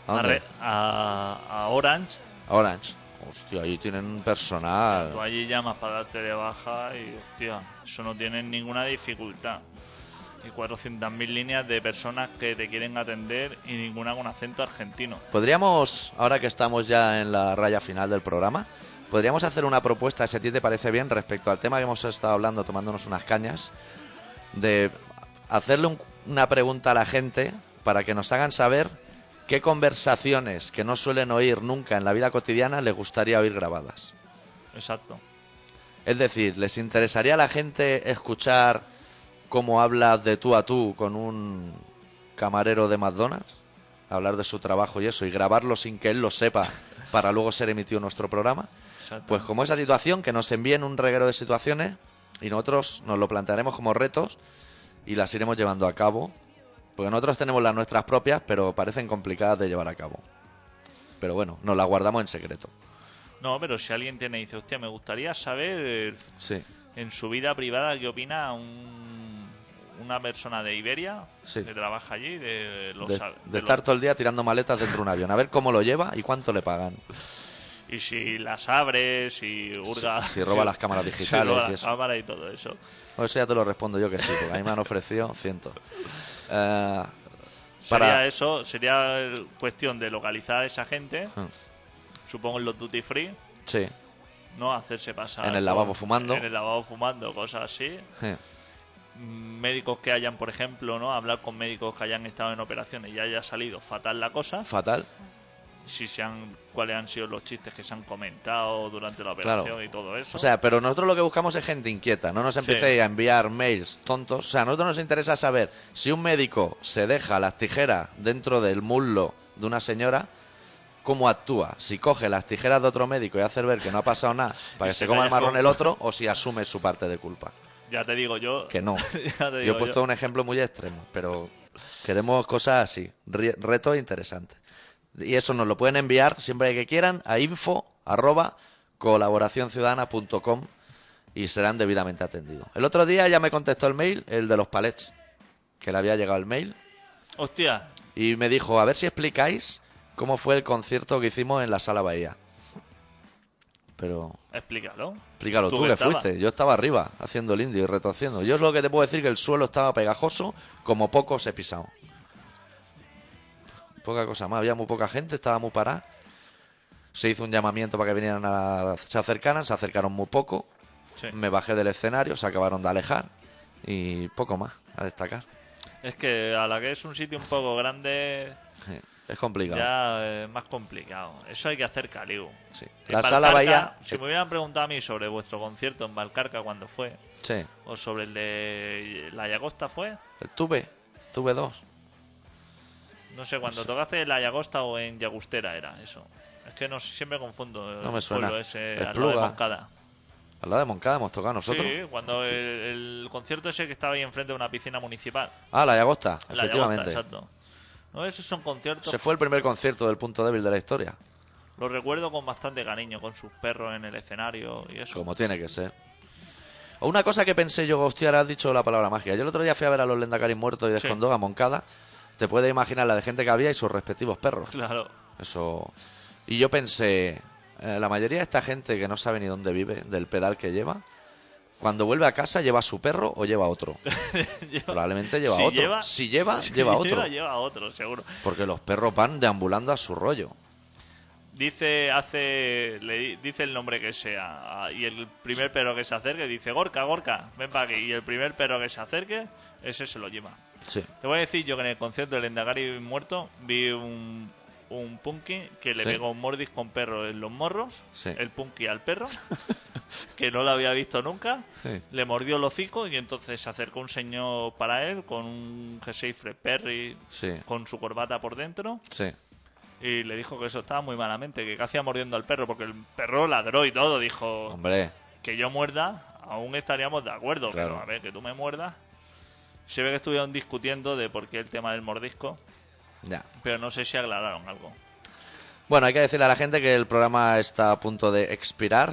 S2: ¿A
S3: a
S2: dónde?
S3: Re- a- a Orange.
S2: A Orange. Hostia, ahí tienen un personal.
S3: Tú allí llamas para darte de baja y, hostia, eso no tiene ninguna dificultad. Y 400.000 líneas de personas que te quieren atender y ninguna con acento argentino.
S2: Podríamos, ahora que estamos ya en la raya final del programa, podríamos hacer una propuesta, si a ti te parece bien, respecto al tema que hemos estado hablando, tomándonos unas cañas, de hacerle un- una pregunta a la gente para que nos hagan saber qué conversaciones que no suelen oír nunca en la vida cotidiana les gustaría oír grabadas.
S3: Exacto.
S2: Es decir, ¿les interesaría a la gente escuchar cómo hablas de tú a tú con un camarero de McDonald's? Hablar de su trabajo y eso, y grabarlo sin que él lo sepa para luego ser emitido en nuestro programa.
S3: Exacto.
S2: Pues como esa situación, que nos envíen un reguero de situaciones y nosotros nos lo plantearemos como retos y las iremos llevando a cabo. Porque nosotros tenemos las nuestras propias, pero parecen complicadas de llevar a cabo. Pero bueno, nos las guardamos en secreto.
S3: No, pero si alguien tiene dice, hostia, me gustaría saber eh,
S2: Sí,
S3: en su vida privada qué opina un- una persona de Iberia
S2: Sí.
S3: que trabaja allí, de, los,
S2: de,
S3: de
S2: de
S3: los-
S2: estar todo el día tirando maletas dentro de un avión, a ver cómo lo lleva y cuánto le pagan.
S3: Y si las abres, si hurga.
S2: si roba las cámaras
S3: si
S2: digitales
S3: roba
S2: y
S3: las
S2: eso.
S3: cámaras y todo eso.
S2: O eso ya te lo respondo yo que sí, porque a mí me han ofrecido cientos. Eh, Para-
S3: Sería eso, sería eh, cuestión de localizar a esa gente,
S2: Mm,
S3: supongo en los duty free,
S2: Sí.
S3: ¿no? Hacerse pasar.
S2: En el
S3: por-
S2: lavabo fumando.
S3: En el lavabo fumando, cosas así.
S2: je.
S3: Mm, Médicos que hayan, por ejemplo, ¿no? Hablar con médicos que hayan estado en operaciones y haya salido fatal la cosa.
S2: Fatal.
S3: Si se han, cuáles han sido los chistes que se han comentado durante la
S2: Claro.
S3: operación y todo eso.
S2: O sea, pero nosotros lo que buscamos es gente inquieta, no nos empecéis a enviar mails tontos. O sea, a nosotros nos interesa saber si un médico se deja las tijeras dentro del muslo de una señora, cómo actúa. Si coge las tijeras de otro médico y hace ver que no ha pasado nada para
S3: Y
S2: que
S3: se
S2: se coma el
S3: calla
S2: marrón
S3: con-
S2: el otro, o si asume su parte de culpa.
S3: ya te digo yo.
S2: Que no.
S3: ya te
S2: Yo
S3: digo
S2: he puesto un ejemplo muy extremo, pero queremos cosas así, ri- retos interesantes. Y eso nos lo pueden enviar siempre que quieran a info arroba colaboracionciudadana.com y serán debidamente atendidos. El otro día ya me contestó el mail, el de los palets, que le había llegado el mail,
S3: Hostia,
S2: y me dijo, a ver si explicáis cómo fue el concierto que hicimos en la Sala Bahía. Pero
S3: explícalo.
S2: Explícalo
S3: Tú
S2: tú,
S3: que
S2: que
S3: estabas.
S2: fuiste. Yo estaba arriba, haciendo el indio y retorciendo. Yo es lo que te puedo decir, que el suelo estaba pegajoso, como poco se pisado. Poca cosa más, había muy poca gente, estaba muy parada. Se hizo un llamamiento para que vinieran a... Se acercaran, se acercaron muy poco.
S3: Sí.
S2: Me bajé del escenario, se acabaron de alejar. Y poco más a destacar.
S3: Es que a la que es un sitio un poco grande,
S2: Sí, Es complicado.
S3: ya es más complicado. Eso hay que hacer caliu.
S2: sí.
S3: En
S2: La sala
S3: Eh, Valcarca,
S2: Bahía...
S3: Si me hubieran preguntado a mí sobre vuestro concierto en Valcarca cuando fue,
S2: Sí.
S3: o sobre el de la Yagosta fue,
S2: Tuve, tuve dos.
S3: no sé, cuando
S2: sé.
S3: tocaste en la Yagosta o en Yagustera era eso. Es que no sé, siempre confundo el
S2: No me suena.
S3: pueblo ese
S2: Es
S3: al lado de
S2: Pluga.
S3: Moncada.
S2: Al lado de Moncada hemos tocado nosotros.
S3: Sí, cuando el, el concierto ese que estaba ahí enfrente de una piscina municipal.
S2: Ah, la de Agosta,
S3: La Yagosta,
S2: efectivamente.
S3: exacto. No, esos son conciertos
S2: Se fue el primer concierto del punto débil de la historia.
S3: Lo recuerdo con bastante cariño, con sus perros en el escenario y eso.
S2: Como tiene que ser. O Una cosa que pensé yo, hostia, ahora has dicho la palabra magia. Yo el otro día fui a ver a los Lendacaris muertos y de
S3: Sí.
S2: Escondón a Moncada. Te puedes imaginar la de gente que había y sus respectivos perros.
S3: Claro,
S2: Eso. Y yo pensé, eh, la mayoría de esta gente que no sabe ni dónde vive, del pedal que lleva, cuando vuelve a casa, ¿lleva a su perro o lleva a otro?
S3: Lleva-
S2: Probablemente lleva a
S3: si
S2: otro. si lleva, lleva a
S3: si
S2: otro.
S3: Lleva, lleva a otro, seguro.
S2: Porque los perros van deambulando a su rollo.
S3: Dice, hace, le di- dice el nombre que sea a- y el primer perro que se acerque dice Gorka, Gorka, ven para aquí y el primer perro que se acerque ese se lo lleva.
S2: Sí.
S3: Te voy a decir yo que en el concierto del Endagari muerto vi un, un punky que le
S2: Sí.
S3: pegó un mordis con perro en los morros,
S2: Sí.
S3: el punky al perro, que no lo había visto nunca,
S2: Sí.
S3: le mordió el hocico y entonces se acercó un señor para él con un jersey Fred Perry
S2: Sí.
S3: con su corbata por dentro
S2: Sí.
S3: y le dijo que eso estaba muy malamente, que hacía mordiendo al perro porque el perro ladró y todo, dijo
S2: Hombre.
S3: que yo muerda, aún estaríamos de acuerdo,
S2: Claro.
S3: pero a ver, que tú me muerdas. Se ve que estuvieron discutiendo de por qué el tema del mordisco,
S2: Ya.
S3: pero no sé si aclararon algo.
S2: Bueno, hay que decirle a la gente que el programa está a punto de expirar.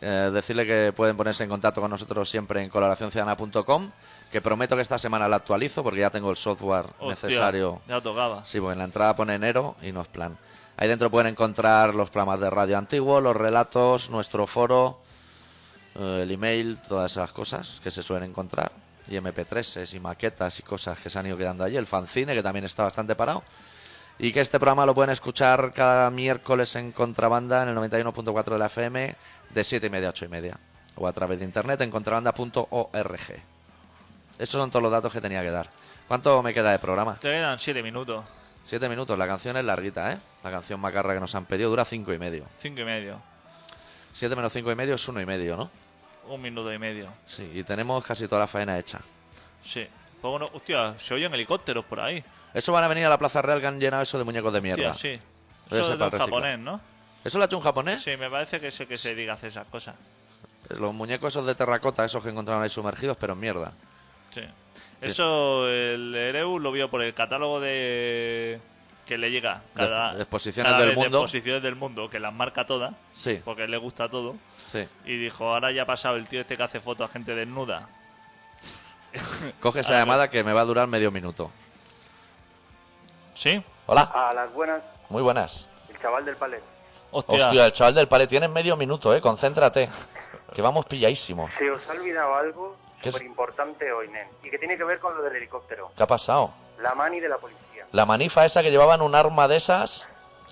S2: Eh, decirle que pueden ponerse en contacto con nosotros siempre en colaboracionciudadana.com, que prometo que esta semana la actualizo porque ya tengo el software
S3: Hostia,
S2: necesario.
S3: Ya tocaba.
S2: Sí, pues en la entrada pone enero y no es plan. Ahí dentro pueden encontrar los programas de radio antiguo, los relatos, nuestro foro, eh, el email, todas esas cosas que se suelen encontrar. Y MP3s y maquetas y cosas que se han ido quedando allí. El fanzine, que también está bastante parado. Y que este programa lo pueden escuchar cada miércoles en contrabanda en el 91.4 de la FM de 7 y media a 8 y media. O a través de internet en contrabanda.org. Esos son todos los datos que tenía que dar. ¿Cuánto me queda de programa?
S3: Te quedan siete minutos,
S2: Siete minutos, la canción es larguita, ¿eh? La canción macarra que nos han pedido dura cinco y medio.
S3: cinco y medio,
S2: Siete menos cinco y medio es uno y medio, ¿no?
S3: un minuto y medio.
S2: Sí, y tenemos casi toda la faena hecha.
S3: Sí. Pongo uno- Hostia, se oyen helicópteros por ahí.
S2: Eso van a venir a la Plaza Real que han llenado eso de muñecos de
S3: Hostia,
S2: mierda.
S3: sí.
S2: Debe ser
S3: Eso es
S2: para
S3: de un
S2: reciclar.
S3: japonés, ¿no?
S2: ¿Eso lo ha hecho un japonés? Eh,
S3: Sí, me parece que es el que se diga hacer esas cosas.
S2: Los muñecos esos de terracota, esos que encontraron ahí sumergidos, pero en mierda.
S3: Sí. Eso el Ereu lo vio por el catálogo de que le llega cada
S2: De- exposiciones
S3: cada
S2: del
S3: vez de
S2: mundo.
S3: exposiciones del mundo, que las marca todas,
S2: Sí,
S3: porque le gusta todo.
S2: sí.
S3: Y dijo, ahora ya ha pasado el tío este que hace fotos a gente desnuda.
S2: Coge
S3: Ah.
S2: esa llamada que me va a durar medio minuto.
S3: ¿Sí?
S2: Hola,
S5: A las buenas,
S2: muy buenas.
S5: el chaval del palet.
S3: Hostia.
S2: Hostia, el chaval del palet tiene medio minuto, ¿eh? Concéntrate. Que vamos pilladísimos.
S5: Se os ha olvidado algo
S2: ¿Qué es?
S5: súper importante hoy, Nen, y que tiene que ver con lo del helicóptero.
S2: ¿Qué ha pasado?
S5: La mani de la policía.
S2: La manifa esa que llevaban un arma de esas,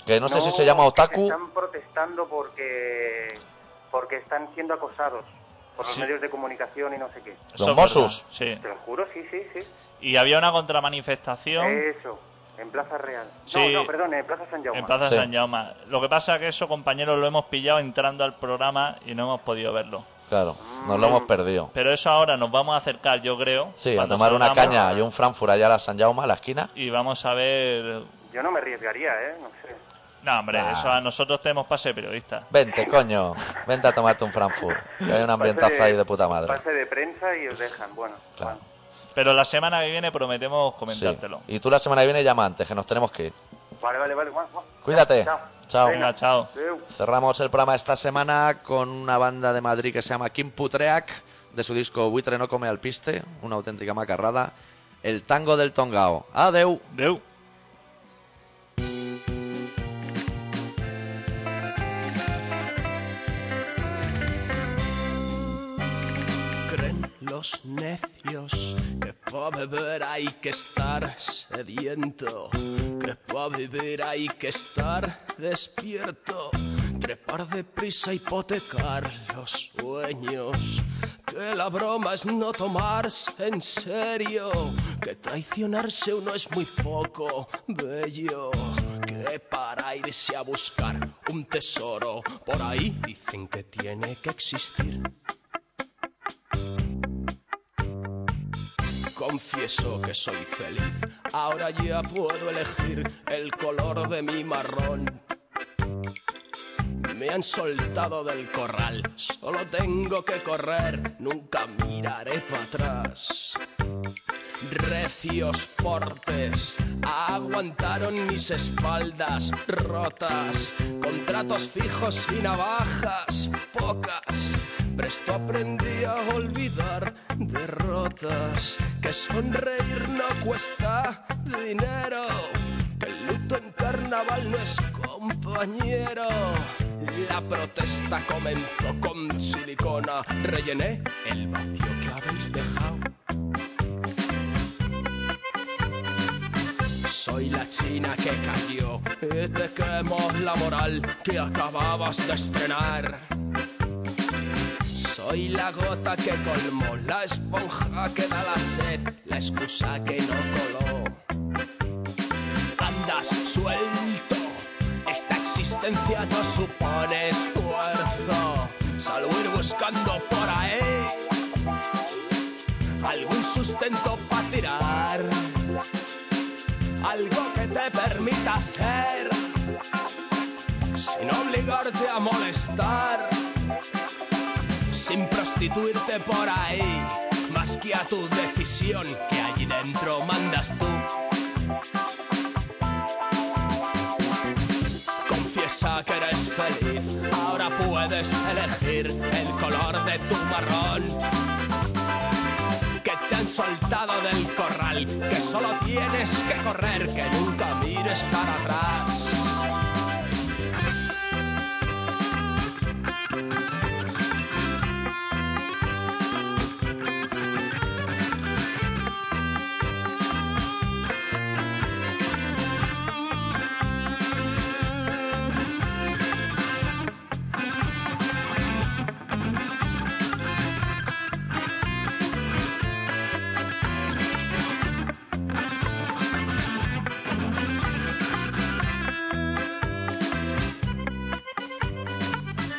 S2: que no sé si se llama
S7: que
S2: otaku.
S7: Están protestando porque, porque están siendo acosados por los
S3: Sí.
S7: medios de comunicación y no sé qué.
S3: Eso es
S2: Mossos.
S3: verdad, Sí.
S7: Te lo juro, sí, sí, sí.
S3: Y había una contramanifestación
S7: Eso, en Plaza Real.
S3: Sí.
S7: No, no, perdón, en Plaza San Eh, Jaume.
S3: en Plaza
S2: Sí.
S3: San Jaume. Lo que pasa es que eso, compañeros, lo hemos pillado entrando al programa y no hemos podido verlo.
S2: Claro, nos lo hemos perdido.
S3: Pero eso ahora nos vamos a acercar, yo creo.
S2: Sí, a
S3: cuando
S2: tomar una
S3: salgamos,
S2: caña y un Frankfurt allá a la San Jaume, a la esquina.
S3: Y vamos a ver.
S7: Yo no me arriesgaría, ¿eh? No sé.
S3: No, hombre,
S2: Nah.
S3: eso a nosotros tenemos pase de periodista.
S2: Vente, coño, vente a tomarte un Frankfurt. Que hay un ambientazo
S7: Pase
S2: ahí de puta madre.
S7: Pase de prensa y os dejan, bueno.
S2: Claro.
S3: Pero la semana que viene prometemos
S2: Sí.
S3: comentártelo.
S2: Y tú la semana que viene llama antes, que nos tenemos que ir.
S7: bueno. Vale, vale, vale. guau, guau.
S2: Cuídate.
S7: Chao.
S2: Chao.
S3: Venga, chao.
S7: Adeu.
S2: Cerramos el programa esta semana con una banda de Madrid que se llama Kim Putreak, de su disco Buitre no come al piste, una auténtica macarrada. El tango del tongao. Adeu.
S3: Deu.
S8: Creen los necios que para beber hay que estar sediento, que para vivir hay que estar despierto, trepar deprisa, hipotecar los sueños, que la broma es no tomarse en serio, que traicionarse uno es muy poco bello, que para irse a buscar un tesoro, por ahí dicen que tiene que existir. Confieso que soy feliz. Ahora ya puedo elegir el color de mi marrón. Me han soltado del corral. Solo tengo que correr. Nunca miraré para atrás. Recios portes aguantaron mis espaldas rotas, contratos fijos y navajas pocas. Presto aprendí a olvidar derrotas, que sonreír no cuesta dinero, que el luto en carnaval no es compañero. La protesta comenzó con silicona, rellené el vacío que habéis dejado. Soy la china que cayó y te quemo la moral que acababas de estrenar. Soy la gota que colmó, la esponja que da la sed, la excusa que no coló. Andas suelto, esta existencia no supone esfuerzo. Salvo ir buscando por ahí algún sustento para tirar algo que te permita ser, sin obligarte a molestar, sin prostituirte por ahí, más que a tu decisión que allí dentro mandas tú. Confiesa que eres feliz, ahora puedes elegir el color de tu marrón que te han soltado del corral, que solo tienes que correr, que nunca mires para atrás.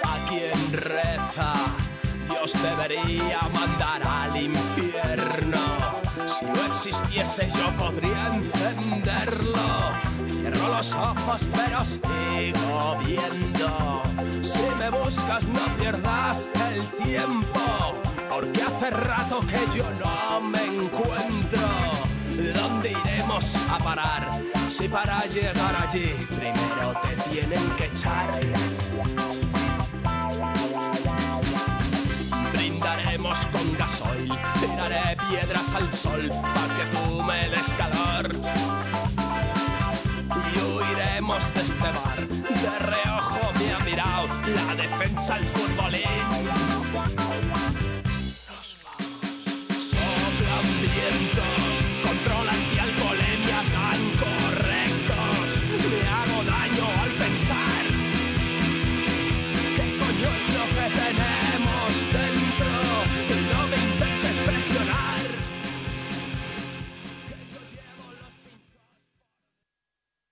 S8: A quien reza, Dios debería mandar al infierno. Si no existiese yo podría encenderlo. Cierro los ojos pero sigo viendo. Si me buscas no pierdas el tiempo, porque hace rato que yo no me encuentro. ¿Dónde iremos a parar? Si para llegar allí primero te tienen que echar. Brindaremos con gasoil, tiraré piedras al sol este